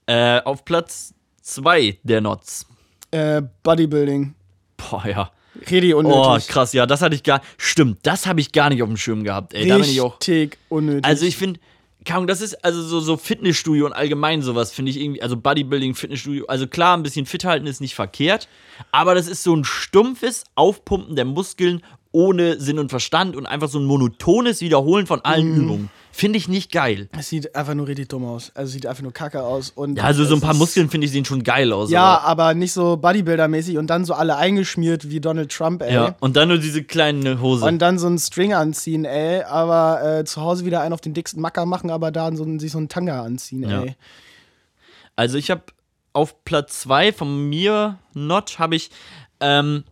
Äh, auf Platz 2 der Notz.
Äh, Bodybuilding.
Boah, ja.
Redi
Oh,
unnötig.
krass, ja, das hatte ich gar. Stimmt, das habe ich gar nicht auf dem Schirm gehabt. Ey, da bin ich auch.
richtig unnötig.
Also ich finde, keine Ahnung, das ist also so, so Fitnessstudio und allgemein sowas finde ich irgendwie, also Bodybuilding, Fitnessstudio, also klar, ein bisschen fit halten ist nicht verkehrt, aber das ist so ein stumpfes Aufpumpen der Muskeln ohne Sinn und Verstand und einfach so ein monotones Wiederholen von allen
Mhm.
Übungen. Finde ich nicht geil.
es sieht einfach nur richtig dumm aus. Also sieht einfach nur kacke aus. Und
Ja, also so ein
es
paar
ist-
Muskeln finde ich sehen schon geil aus.
Ja,
aber-
aber nicht so Bodybuilder-mäßig und dann so alle eingeschmiert wie Donald Trump, ey.
Ja, und dann nur diese kleine Hose.
Und dann so einen String anziehen, ey. Aber äh, zu Hause wieder einen auf den dicksten Macker machen, aber da so, einen- sich so einen Tanga anziehen,
Ja.
ey.
Also ich habe auf Platz 2 von mir, Not, habe ich, ähm,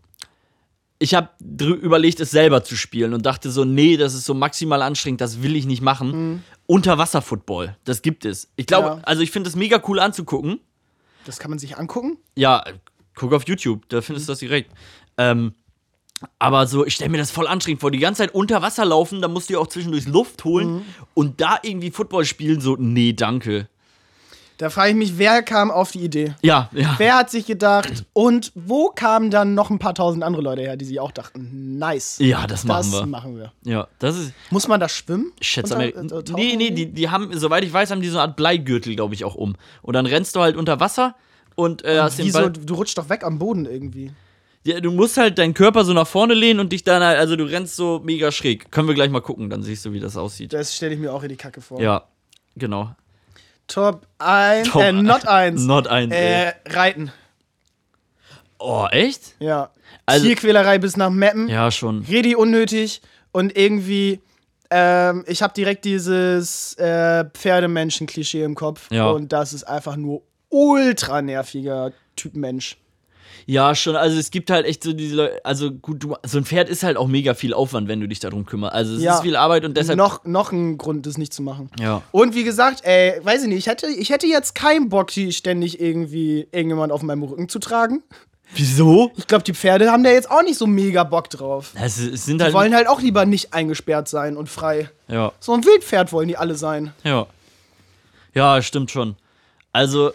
ich habe überlegt, es selber zu spielen und dachte so, nee, das ist so maximal anstrengend, das will ich nicht machen. Unterwasserfootball, das gibt es. Ich glaube,
Mhm. Ja.
also ich finde es mega cool anzugucken.
Das kann man sich angucken.
Ja, guck auf YouTube, da
Mhm.
findest du das direkt. Ähm, aber so, ich stelle mir das voll anstrengend vor, die ganze Zeit unter Wasser laufen, da musst du ja auch zwischendurch Luft holen
Mhm.
und da irgendwie Football spielen, so, nee, danke.
Da frage ich mich, wer kam auf die Idee?
Ja, ja.
Wer hat sich gedacht und wo kamen dann noch ein paar tausend andere Leute her, die sich auch dachten, nice.
Ja, das machen
das
wir.
machen wir.
Ja, das ist.
Muss man da schwimmen?
Ich schätze,
Unter-
Amerika.
äh, tauchen
Nee, nee,
irgendwie?
die, die haben, soweit ich weiß, haben die so eine Art Bleigürtel, glaube ich, auch um. Und dann rennst du halt unter Wasser und, äh, hast den
Wieso?
Ball.
Du du rutschst doch weg am Boden irgendwie.
Ja, du musst halt deinen Körper so nach vorne lehnen und dich dann halt, also du rennst so mega schräg. Können wir gleich mal gucken, dann siehst du, wie das aussieht.
Das stelle ich mir auch in die Kacke vor.
Ja, genau.
Top 1,
Top
äh, Not 1.
Not eins, ey.
Äh, Reiten.
Oh, echt?
Ja.
Also-
Tierquälerei bis nach Meppen.
Ja, schon.
Redi unnötig und irgendwie. Ähm, ich habe direkt dieses äh, Pferdemenschen-Klischee im Kopf.
Ja.
Und das ist einfach nur ultra nerviger Typ Mensch.
Ja, schon. Also es gibt halt echt so diese Leute, also gut, du, so ein Pferd ist halt auch mega viel Aufwand, wenn du dich darum kümmerst. Also es
Ja.
ist viel Arbeit und deshalb.
noch, noch ein Grund, das nicht zu machen.
Ja.
Und wie gesagt, ey, weiß ich nicht, ich hätte, ich hätte jetzt keinen Bock, die ständig irgendwie irgendjemand auf meinem Rücken zu tragen.
Wieso?
Ich glaube, die Pferde haben da jetzt auch nicht so mega Bock drauf.
Es, es sind
Die
halt.
wollen halt auch lieber nicht eingesperrt sein und frei.
ja.
So ein Wildpferd wollen die alle sein.
Ja. Ja, stimmt schon. Also,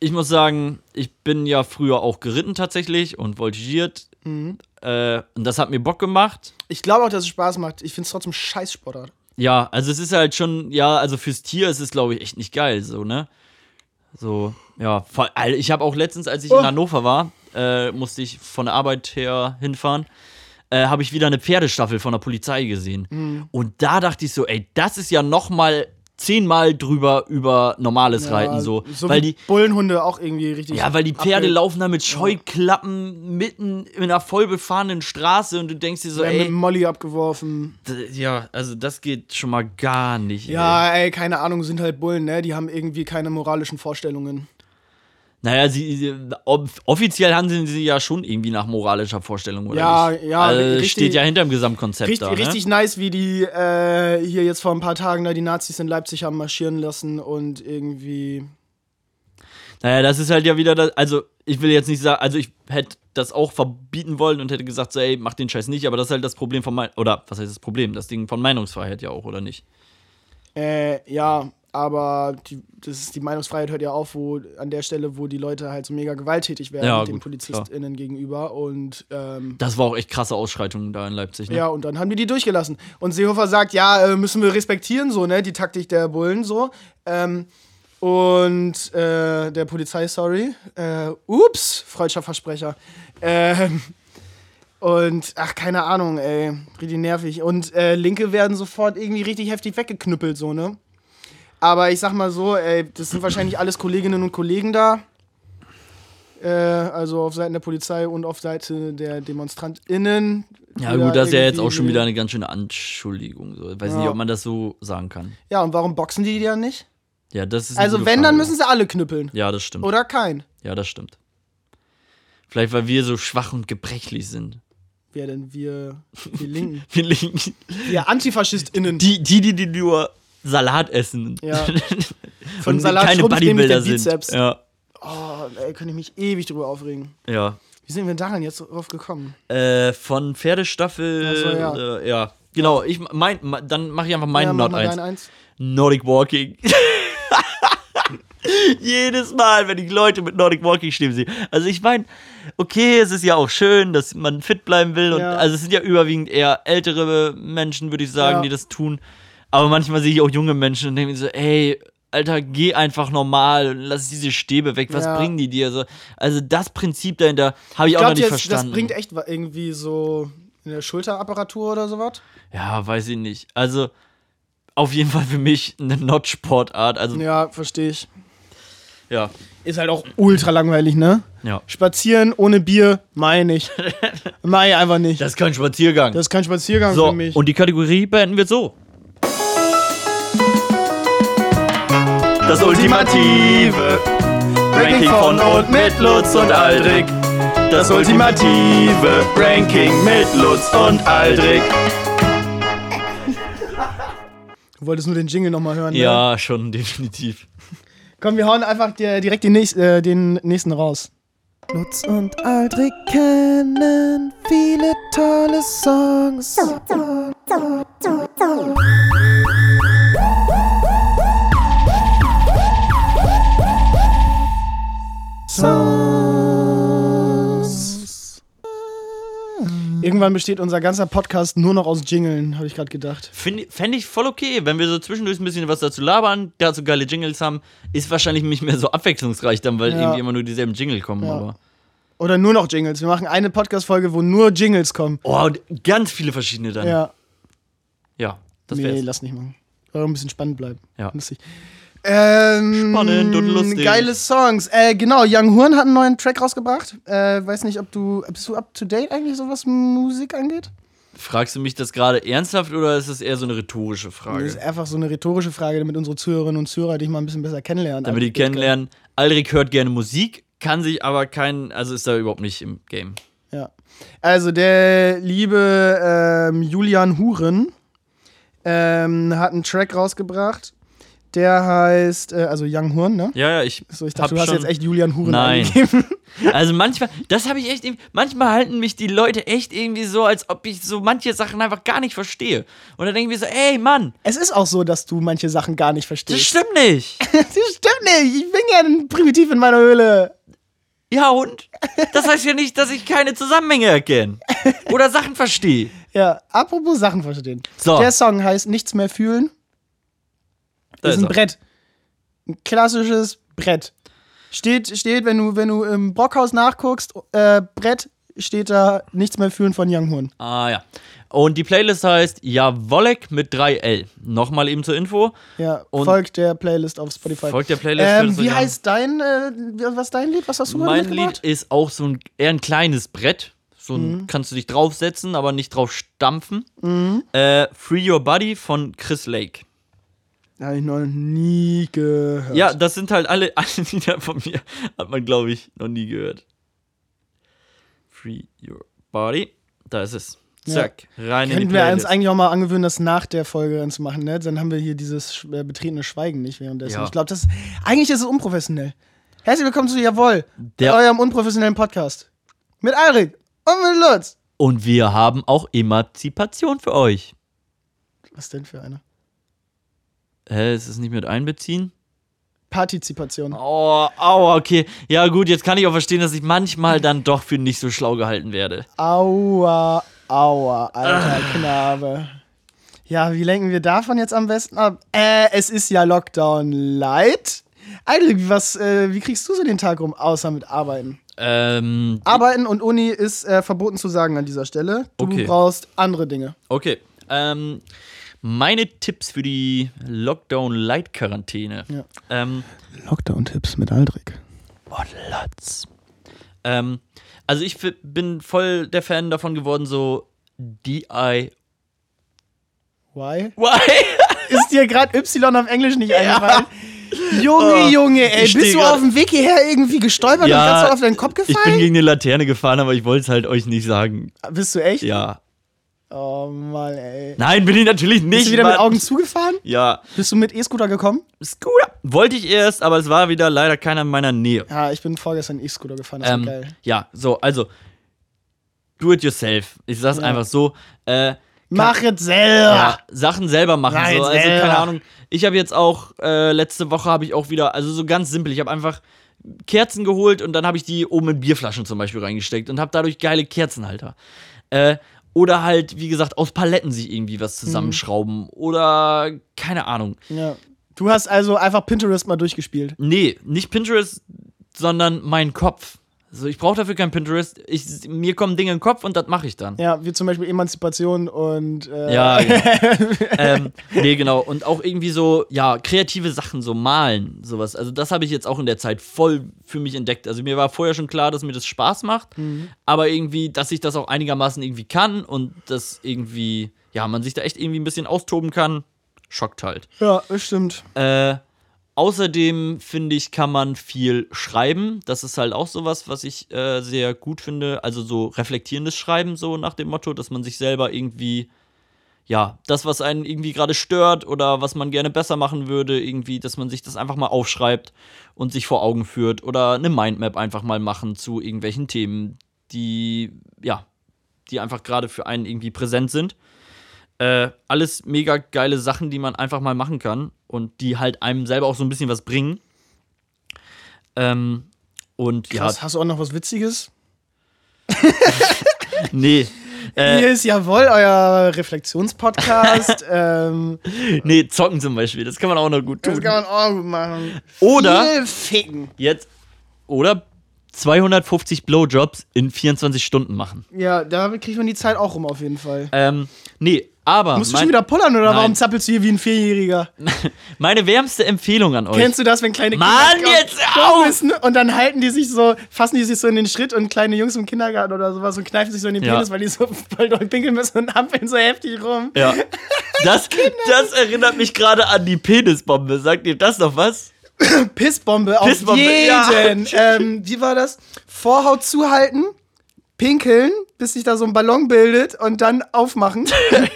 ich muss sagen, ich bin ja früher auch geritten tatsächlich und voltigiert. Äh, und das hat mir Bock gemacht.
Ich glaube auch, dass es Spaß macht. Ich finde es trotzdem Scheißsportart.
Ja, also es ist halt schon, ja, also fürs Tier ist es, glaube ich, echt nicht geil, so, ne? So, ja. Vor- all- Ich habe auch letztens, als ich
Oh.
in Hannover war, äh, musste ich von der Arbeit her hinfahren, äh, habe ich wieder eine Pferdestaffel von der Polizei gesehen.
Mhm.
Und da dachte ich so, ey, das ist ja noch mal zehnmal drüber über normales Reiten, so. weil
wie
die,
Bullenhunde auch irgendwie richtig.
ja, weil die Pferde
abge-
laufen da mit Scheuklappen mitten in einer vollbefahrenen Straße und du denkst dir so,
werden mit
ey,
Molly abgeworfen.
d- ja, also das geht schon mal gar nicht. ey.
Ja, ey, keine Ahnung, sind halt Bullen, ne? Die haben irgendwie keine moralischen Vorstellungen.
Naja, sie, sie, off- offiziell handeln sie ja schon irgendwie nach moralischer Vorstellung, oder
Ja,
nicht?
ja,
Also,
richtig-
steht ja hinterm Gesamtkonzept
Richtig,
da, ne?
richtig nice, wie die äh, hier jetzt vor ein paar Tagen da die Nazis in Leipzig haben marschieren lassen und irgendwie.
Naja, das ist halt ja wieder das, also ich will jetzt nicht sagen, also ich hätte das auch verbieten wollen und hätte gesagt, so, ey, mach den Scheiß nicht, aber das ist halt das Problem von, mein oder was heißt das Problem? Das Ding von Meinungsfreiheit ja auch, oder nicht?
Äh, ja, aber die, das ist, die Meinungsfreiheit hört ja auf, wo an der Stelle, wo die Leute halt so mega gewalttätig werden
Ja,
den
gut,
PolizistInnen gegenüber und ähm,
Das war auch echt krasse Ausschreitungen da in Leipzig, ne?
Ja, und dann haben die die durchgelassen. Und Seehofer sagt, ja, äh, müssen wir respektieren, so, ne, die Taktik der Bullen, so. Ähm, und äh, der Polizei, sorry. Äh, ups, freudscher Versprecher. Ähm, Und ach, keine Ahnung, ey. Richtig nervig. Und äh, Linke werden sofort irgendwie richtig heftig weggeknüppelt, so, ne? Aber ich sag mal so, ey, das sind wahrscheinlich alles Kolleginnen und Kollegen da. Äh, also auf Seiten der Polizei und auf Seite der DemonstrantInnen.
Ja,
Wieder
gut, das ist ja jetzt
irgendwie-
auch schon wieder eine ganz schöne Anschuldigung. So. Ich weiß
Ja.
nicht, ob man das so sagen kann.
Ja, und warum boxen die die dann nicht?
Ja, das ist. eine
Also,
gute
wenn, dann
Frage.
müssen sie alle knüppeln.
Ja, das stimmt.
Oder kein.
Ja, das stimmt. Vielleicht, weil wir so schwach und gebrechlich sind.
Wer denn wir, wir Linken?
Wir liegen.
Wir AntifaschistInnen.
Die, die, die, die nur Salat essen.
Ja.
Von und
Salat
keine
schrumpft nämlich der
Bodybuilder sind.
Bizeps.
Ja.
Oh, ey, könnte ich mich ewig drüber aufregen.
ja.
Wie sind wir denn daran jetzt drauf gekommen?
Äh, von Pferdestaffel.
Ach so, ja.
Äh, ja. Genau, ich mein, ma- dann mache ich einfach meinen
ja, mach
Not
mal
1.
deinen eins.
Nordic Walking. Jedes Mal, wenn ich Leute mit Nordic Walking stehen sehe. Also ich meine, okay, es ist ja auch schön, dass man fit bleiben will. Und
Ja.
also es sind ja überwiegend eher ältere Menschen, würde ich sagen,
Ja.
die das tun. Aber manchmal sehe ich auch junge Menschen und denke mir so, ey, Alter, geh einfach normal und lass diese Stäbe weg. Was
Ja.
bringen die dir? Also, also das Prinzip dahinter habe ich,
Ich
auch noch
glaube,
nicht
das, das
verstanden.
bringt echt wa- irgendwie so in der Schulterapparatur oder sowas.
ja, weiß ich nicht. Also auf jeden Fall für mich eine Not-Sportart. Also
Ja, verstehe ich.
ja,
Ist halt auch ultra langweilig, ne?
ja.
Spazieren ohne Bier, meine ich. Meine einfach nicht.
Das ist kein Spaziergang.
Das ist kein Spaziergang
so,
für mich.
und die Kategorie beenden wir so. Das ultimative Ranking von und mit Lutz und Aldrich. Das ultimative Ranking mit Lutz und Aldrich.
du wolltest nur den Jingle nochmal hören. Ne?
Ja, schon definitiv.
Komm, wir hauen einfach dir- direkt den, nächst, äh, den nächsten raus.
Lutz und Aldrich kennen viele tolle Songs.
Irgendwann besteht unser ganzer Podcast nur noch aus Jingeln, habe ich gerade gedacht.
Find- Fände ich voll okay, wenn wir so zwischendurch ein bisschen was dazu labern, dazu geile Jingles haben, ist wahrscheinlich nicht mehr so abwechslungsreich dann, weil
Ja.
irgendwie immer nur dieselben Jingle kommen.
Ja.
Aber.
Oder nur noch Jingles. Wir machen eine Podcast-Folge, wo nur Jingles kommen.
Oh, und ganz viele verschiedene dann. Ja,
Ja.
das
nee,
wär's.
lass nicht machen. Soll ein bisschen spannend bleiben.
Ja.
Lustig. Ähm,
Spannend und lustig.
Geile Songs. Äh, genau, Young Horn hat einen neuen Track rausgebracht. Äh, weiß nicht, ob du. Bist du up to date eigentlich, so was Musik angeht?
Fragst du mich das gerade ernsthaft oder ist es eher so eine rhetorische
Das ist
Frage?
einfach so eine rhetorische Frage, damit unsere Zuhörerinnen und Zuhörer dich mal ein bisschen besser kennenlernen.
Damit die
Also,
kennenlernen, Alrik hört gerne Musik, kann sich aber kein, also ist da überhaupt nicht im Game.
Ja. Also der liebe ähm, Julian Huren ähm, hat einen Track rausgebracht. Der heißt, äh, also Young Huren, ne?
Ja, ja, ich.
So, ich
hab
dachte, du hast
schon-
jetzt echt Julian Huren
Nein.
eingegeben.
Also manchmal, das habe ich echt, irgendwie- manchmal halten mich die Leute echt irgendwie so, als ob ich so manche Sachen einfach gar nicht verstehe. Und dann denken wir so, ey Mann,
Es ist auch so, dass du manche Sachen gar nicht
das
verstehst.
stimmt nicht.
Das stimmt nicht. Ich bin ja primitiv in meiner Höhle.
Ja und? Das heißt ja nicht, dass ich keine Zusammenhänge erkenne. Oder Sachen verstehe.
Ja, apropos Sachen verstehen.
So.
Der Song heißt Nichts mehr fühlen.
Da
Das ist
er.
ein Brett. Ein klassisches Brett. Steht, steht wenn, du, wenn du im Brockhaus nachguckst, äh, Brett steht da nichts mehr fühlen von Young Horn.
Ah ja. Und die Playlist heißt Jawollek mit 3L. Nochmal eben zur Info.
Ja,
Und-
folgt der Playlist auf Spotify.
Folgt der Playlist,
Ähm,
würdest du
wie
sagen?
heißt dein, äh, was ist dein Lied? Was hast du mal
Mein Lied
mitgebracht?
ist auch so ein eher ein kleines Brett. So ein,
Mhm.
kannst du dich draufsetzen, aber nicht drauf stampfen. Äh, Free Your Body von Chris Lake.
Hab ich noch nie gehört.
Ja, das sind halt alle, alle Lieder von mir. Hat man, glaube ich, noch nie gehört. Free Your Body. Da ist es.
Ja.
Zack. Rein in die
Könnten wir uns
Playlist.
eigentlich auch mal angewöhnen, das nach der Folge dann zu machen, ne? Dann haben wir hier dieses sch- äh, betretene Schweigen nicht währenddessen.
Ja.
Ich glaube, das eigentlich ist es unprofessionell. Herzlich willkommen zu Jawohl,
Der-
eurem unprofessionellen Podcast. Mit Alrik und mit Lutz.
Und wir haben auch Emanzipation für euch.
Was denn für eine?
Hä, ist es nicht mit einbeziehen?
Partizipation.
Oh, aua, okay. Ja, gut, jetzt kann ich auch verstehen, dass ich manchmal dann doch für nicht so schlau gehalten werde.
Aua, aua, alter
Ah.
Knabe. Ja, wie lenken wir davon jetzt am besten ab? Äh, es ist ja Lockdown Light. Alrik, was, äh, wie kriegst du so den Tag rum, außer mit Arbeiten?
Ähm,
Arbeiten und Uni ist äh, verboten zu sagen an dieser Stelle. Du
Okay.
brauchst andere Dinge.
okay. Ähm, meine Tipps für die Lockdown-Light-Quarantäne.
Ja.
Ähm,
Lockdown-Tipps mit Aldrich.
und Lotz. Ähm, also ich fi- bin voll der Fan davon geworden, so DIY.
Why? Ist dir gerade Y auf Englisch nicht eingefallen? Junge,
Oh,
Junge, ey,
ich
bist
steh
du
grad-
auf dem Weg hierher irgendwie gestolpert und
Ja,
ganz auf deinen Kopf
Ich bin
gefallen?
gegen eine Laterne gefahren, aber ich wollte es halt euch nicht sagen.
bist du echt?
Ja.
Oh Mann, ey.
Nein, bin ich natürlich nicht.
Bist du wieder mit
Mann.
Augen zugefahren?
Ja.
Bist du mit E-Scooter gekommen?
Scooter. Wollte ich erst, aber es war wieder leider keiner in meiner Nähe.
Ja, ich bin vorgestern E-Scooter gefahren, das war
Ähm,
geil.
ja, so, also. Do it yourself. Ich sag's einfach so. Äh,
Mach es selber!
ja, Sachen selber machen.
Ah. Nein,
so. Also
selber.
keine Ahnung. Ich habe jetzt auch äh, letzte Woche habe ich auch wieder, also so ganz simpel. Ich habe einfach Kerzen geholt und dann habe ich die oben in Bierflaschen zum Beispiel reingesteckt und habe dadurch geile Kerzenhalter. Äh, oder halt, wie gesagt, aus Paletten sich irgendwie was
Mhm.
zusammenschrauben oder keine Ahnung.
Ja. Du hast also einfach Pinterest mal durchgespielt.
Nee, nicht Pinterest, sondern mein Kopf. Also ich brauche dafür kein Pinterest. Ich, mir kommen Dinge in den Kopf und das mache ich dann.
Ja, wie zum Beispiel Emanzipation und äh,
Ja, genau. ähm, nee, genau. Und auch irgendwie so, ja, kreative Sachen, so malen, sowas. Also, das habe ich jetzt auch in der Zeit voll für mich entdeckt. Also, mir war vorher schon klar, dass mir das Spaß macht, aber irgendwie, dass ich das auch einigermaßen irgendwie kann und dass irgendwie, ja, man sich da echt irgendwie ein bisschen austoben kann, schockt halt.
ja, das stimmt.
Äh, außerdem finde ich, kann man viel schreiben. Das ist halt auch sowas, was ich äh, sehr gut finde. Also so reflektierendes Schreiben, so nach dem Motto, dass man sich selber irgendwie, ja, das, was einen irgendwie gerade stört oder was man gerne besser machen würde, irgendwie, dass man sich das einfach mal aufschreibt und sich vor Augen führt oder eine Mindmap einfach mal machen zu irgendwelchen Themen, die, ja, die einfach gerade für einen irgendwie präsent sind äh, alles mega geile Sachen, die man einfach mal machen kann und die halt einem selber auch so ein bisschen was bringen. Ähm, und
Krass, hast du auch noch was Witziges?
ja, nee. Äh,
Hier ist jawohl euer Reflexionspodcast. ähm,
nee, zocken zum Beispiel, das kann man auch noch gut
das
tun.
kann man auch gut machen.
Oder
Viel ficken.
jetzt, oder 250 Blowjobs in 24 Stunden machen.
Ja, da kriegt man die Zeit auch rum auf jeden Fall.
Ähm, nee, aber
Musst du
mein-
schon wieder pullern oder
Nein.
warum zappelst du hier wie ein Vierjähriger?
meine wärmste Empfehlung an euch.
Kennst du das, wenn kleine
Mann,
Kinder
jetzt auf!
müssen und dann halten die sich so, fassen die sich so in den Schritt und kleine Jungs im Kindergarten oder sowas und kneifen sich so in den
Ja.
Penis, weil die so voll doll pinkeln müssen und hampeln so heftig rum.
ja. Das,
Genau.
das erinnert mich gerade an die Penisbombe. Sagt ihr das noch was?
Pissbombe auf
Pissbombe,
jeden. Ähm, wie war das? Vorhaut zuhalten, pinkeln, bis sich da so ein Ballon bildet und dann aufmachen.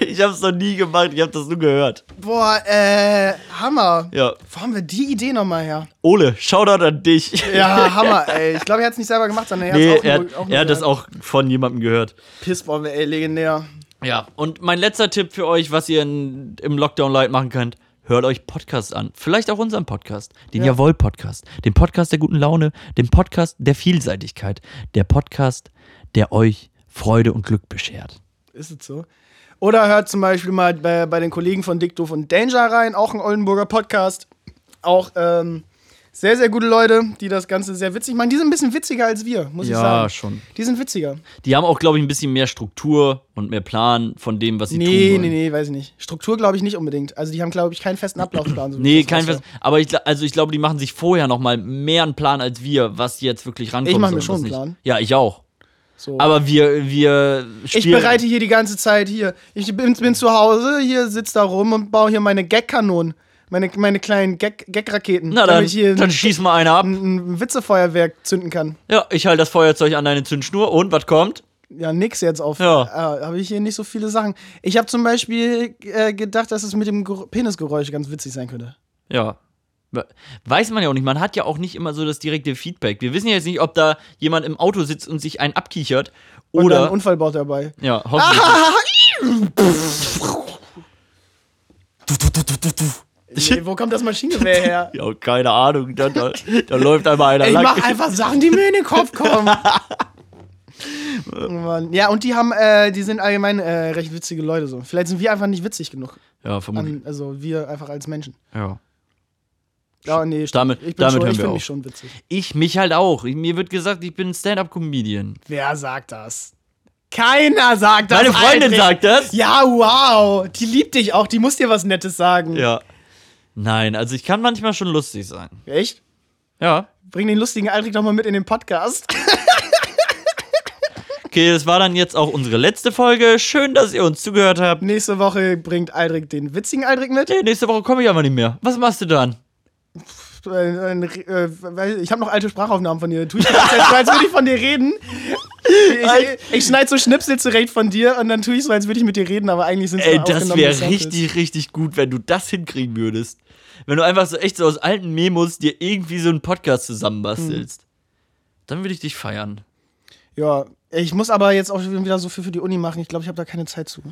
Ich hab's noch nie gemacht, ich hab das nur gehört.
Boah, äh, Hammer.
Ja.
Wo haben wir die Idee nochmal her?
Ole, Shoutout an dich.
Ja, Hammer, ey. Ich glaube, er hat es nicht selber gemacht, sondern er
nee,
hat es auch,
er,
nur-
hat-
nur
er hat das
gehört.
auch von jemandem gehört.
Pissbombe, ey, legendär.
Ja, und mein letzter Tipp für euch, was ihr in, im Lockdown Light machen könnt, hört euch Podcasts an. Vielleicht auch unseren Podcast, den
Ja.
Jawohl-Podcast, den Podcast der guten Laune, den Podcast der Vielseitigkeit, der Podcast, der euch Freude und Glück beschert.
Ist es so? Oder hört zum Beispiel mal bei, bei den Kollegen von Dick Doof und Danger rein, auch ein Oldenburger Podcast. Auch ähm, sehr, sehr gute Leute, die das Ganze sehr witzig machen. Die sind ein bisschen witziger als wir, muss ich sagen.
schon.
Die sind witziger.
Die haben auch, glaube ich, ein bisschen mehr Struktur und mehr Plan von dem, was sie
Nee,
tun.
nee,
wollen.
nee, weiß ich nicht. Struktur glaube ich nicht unbedingt. Also die haben, glaube ich, keinen festen Ablaufplan. so wie
Nee,
ich das
kein Fest.
raushöre.
Aber ich, gl- also ich glaube, die machen sich vorher noch mal mehr einen Plan als wir, was jetzt wirklich rankommt.
Ich mach
und
mir
was
schon einen
nicht.
Plan.
Ja, ich auch.
So.
Aber wir, wir
ich
spielen-
bereite hier die ganze Zeit hier. Ich bin, bin zu Hause, hier sitze da rum und baue hier meine Gag-Kanonen. Meine, meine kleinen Gag- Gag-Raketen.
Na dann,
damit ich hier
dann
ein,
schieß mal einer ab.
ein Witzefeuerwerk zünden kann.
Ja, ich halte das Feuerzeug an deine Zündschnur und was kommt?
Ja, nix jetzt auf.
Ja.
Äh, habe ich hier nicht so viele Sachen. Ich habe zum Beispiel äh, gedacht, dass es mit dem Ger- Penisgeräusch ganz witzig sein könnte.
Ja. We- Weiß man ja auch nicht. Man hat ja auch nicht immer so das direkte Feedback. Wir wissen ja jetzt nicht, ob da jemand im Auto sitzt und sich einen abkichert
Und dann einen
oder.
Unfall baut dabei.
Ja, hoffentlich.
Nee, wo kommt das Maschinengewehr her?
Ja, keine Ahnung. Da, da, da läuft einmal einer
Ich
lang.
mache einfach Sachen, die mir in den Kopf kommen. Mann. Ja, und die haben, äh, die sind allgemein äh, recht witzige Leute so.
Hm.
Vielleicht sind wir einfach nicht witzig genug.
Ja, vermutlich.
An, also wir einfach als Menschen.
Ja.
Ja, nee,
Damit-
ich bin
damit
schon,
hören
ich
wir
find
auf.
mich schon witzig.
Ich mich halt auch. Mir wird gesagt, ich bin Stand-up-Comedian.
Wer sagt das? Keiner sagt das.
Meine Freundin
Aldrich.
sagt das.
Ja, wow. Die liebt dich auch. Die muss dir was Nettes sagen.
Ja. Nein, also ich kann manchmal schon lustig sein.
Echt?
Ja.
Bring den lustigen Aldrich doch mal mit in den Podcast.
Okay, das war dann jetzt auch unsere letzte Folge. Schön, dass ihr uns zugehört habt.
Nächste Woche bringt Aldrich den witzigen Aldrich mit.
Nee, nächste Woche komme ich aber nicht mehr. Was machst du dann?
Äh, äh, weil ich habe noch alte Sprachaufnahmen von dir. Tu ich das jetzt so, als würde ich von dir reden. Ich, ich schneide so Schnipsel zurecht von dir und dann tue ich so, als würde ich mit dir reden, aber eigentlich sind es
Ey,
nur
das
aufgenommene
wäre
Samples.
richtig, richtig gut, wenn du das hinkriegen würdest. Wenn du einfach so echt so aus alten Memos dir irgendwie so einen Podcast zusammenbastelst. Hm. Dann würde ich dich feiern.
Ja, ich muss aber jetzt auch wieder so viel für die Uni machen. Ich glaube, ich habe da keine Zeit zu.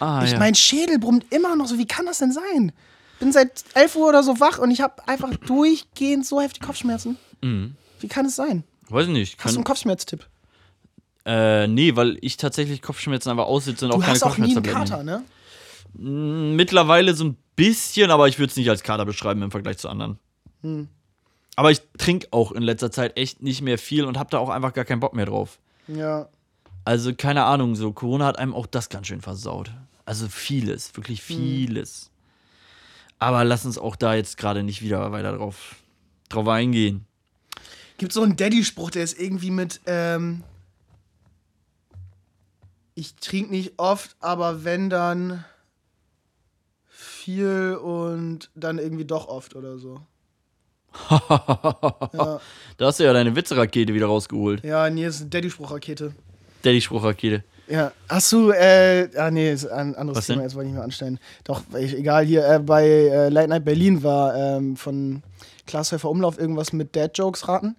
Ah,
ich, Mein Schädel brummt immer noch so. Wie kann das denn sein? Bin seit 11 Uhr oder so wach und ich habe einfach durchgehend so heftige Kopfschmerzen. Wie kann es sein?
Weiß nicht. Mhm.
Hast du
Kann,
einen Kopfschmerztipp?
äh, nee, weil ich tatsächlich Kopfschmerzen einfach aussitze und auch
Du
keine
hast auch nie einen
Kopfschmerztabletten.
Kater, ne?
Mittlerweile so ein bisschen, aber ich würde es nicht als Kater beschreiben im Vergleich zu anderen.
Hm.
Aber ich trinke auch in letzter Zeit echt nicht mehr viel und habe da auch einfach gar keinen Bock mehr drauf.
ne? Ja.
Also keine Ahnung, so Corona hat einem auch das ganz schön versaut. Also vieles, wirklich
Hm.
vieles. Aber lass uns auch da jetzt gerade nicht wieder weiter drauf, drauf eingehen.
Gibt so einen Daddy-Spruch, der ist irgendwie mit, ähm, ich trinke nicht oft, aber wenn dann viel und dann irgendwie doch oft oder so. ja,
Da hast du ja deine Witzerakete wieder rausgeholt.
ja, nee, ist eine Daddy-Spruchrakete.
Daddy-Spruchrakete.
Ja, hast du, äh, ah nee, ist ein anderes
Was
Thema,
denn?
jetzt wollte ich nicht mehr anstellen. Doch, ich, egal, hier äh, bei äh, Late Night Berlin war ähm, von Klaas Häufer Umlauf irgendwas mit Dad-Jokes raten.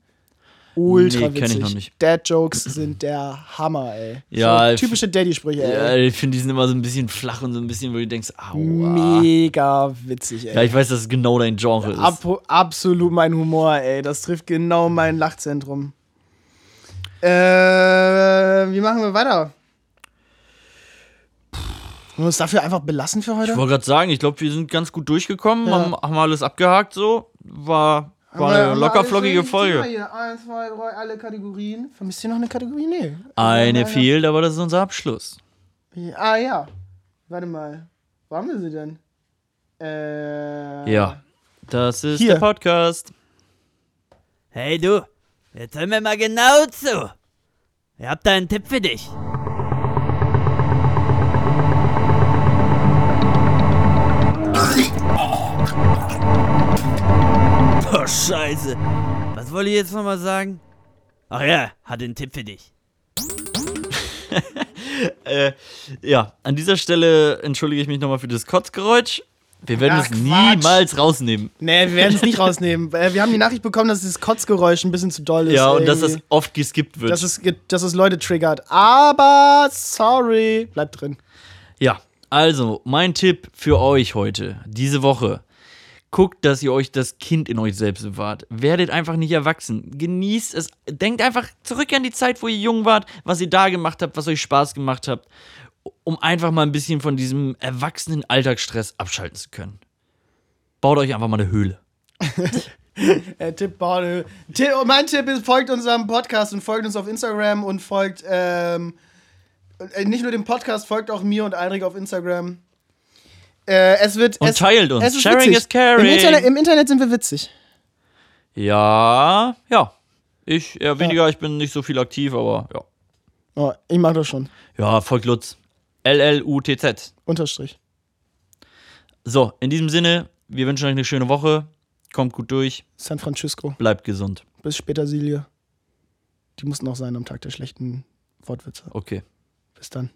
Nee,
Ultra
kenn ich
witzig.
noch nicht.
Dad-Jokes sind der Hammer, ey.
Ja,
so, typische Daddy-Sprüche,
Ja,
ey.
ich finde, die sind immer so ein bisschen flach und so ein bisschen, wo du denkst, aua.
Mega witzig,
Ja,
ey.
ich weiß, dass es genau dein Genre ist.
Ab, absolut mein Humor, ey. Das trifft genau mein Lachzentrum. Äh, wie machen wir weiter? Wollen wir es dafür einfach belassen für heute?
Ich wollte gerade sagen, ich glaube, wir sind ganz gut durchgekommen, haben, haben alles abgehakt so. War, war eine lockerflockige Folge.
Eins, zwei, drei, alle Kategorien. Vermisst ihr noch eine Kategorie? Nee.
Eine fehlt, aber das ist unser Abschluss.
Ah ja. Warte mal. Wo haben wir sie denn? Äh.
Ja. Das ist
Hier.
der Podcast.
Hey du, jetzt hör mir mal genau zu. Ich hab da einen Tipp für dich. Oh Scheiße. Was wollte ich jetzt nochmal sagen? Ach ja, hat einen Tipp für dich.
Äh, Ja, an dieser Stelle entschuldige ich mich nochmal für das Kotzgeräusch. Wir werden
Ach,
es
Quatsch.
niemals rausnehmen.
Nee, wir werden es nicht rausnehmen. Äh, Wir haben die Nachricht bekommen, dass dieses Kotzgeräusch ein bisschen zu doll ist.
ja, und dass das
irgendwie.
oft geskippt wird.
Dass es, ge- dass es Leute triggert. Aber sorry. Bleibt drin.
Ja, also mein Tipp für euch heute, diese Woche. Guckt, dass ihr euch das Kind in euch selbst bewahrt. Werdet einfach nicht erwachsen. Genießt es. Denkt einfach zurück an die Zeit, wo ihr jung wart, was ihr da gemacht habt, was euch Spaß gemacht habt, um einfach mal ein bisschen von diesem erwachsenen Alltagsstress abschalten zu können. Baut euch einfach mal eine Höhle.
Äh, Tipp, Paul. Tipp, und mein Tipp ist, folgt unserem Podcast und folgt uns auf Instagram und folgt ähm, äh, nicht nur dem Podcast, folgt auch mir und Einrik auf Instagram. Äh, es wird.
Und
es,
teilt uns.
Es ist
Sharing
witzig.
is caring.
Im Internet, Im Internet sind wir witzig.
Ja, ja. Ich eher weniger, ich bin nicht so viel aktiv, aber ja.
Oh, ich mach das schon.
Ja, folgt Lutz. L-L-U-T-Z.
Unterstrich.
So, in diesem Sinne, wir wünschen euch eine schöne Woche. Kommt gut durch,
San Francisco.
bleibt gesund.
Bis später, Silie. Die mussten auch sein am Tag der schlechten Wortwitze.
Okay.
Bis dann.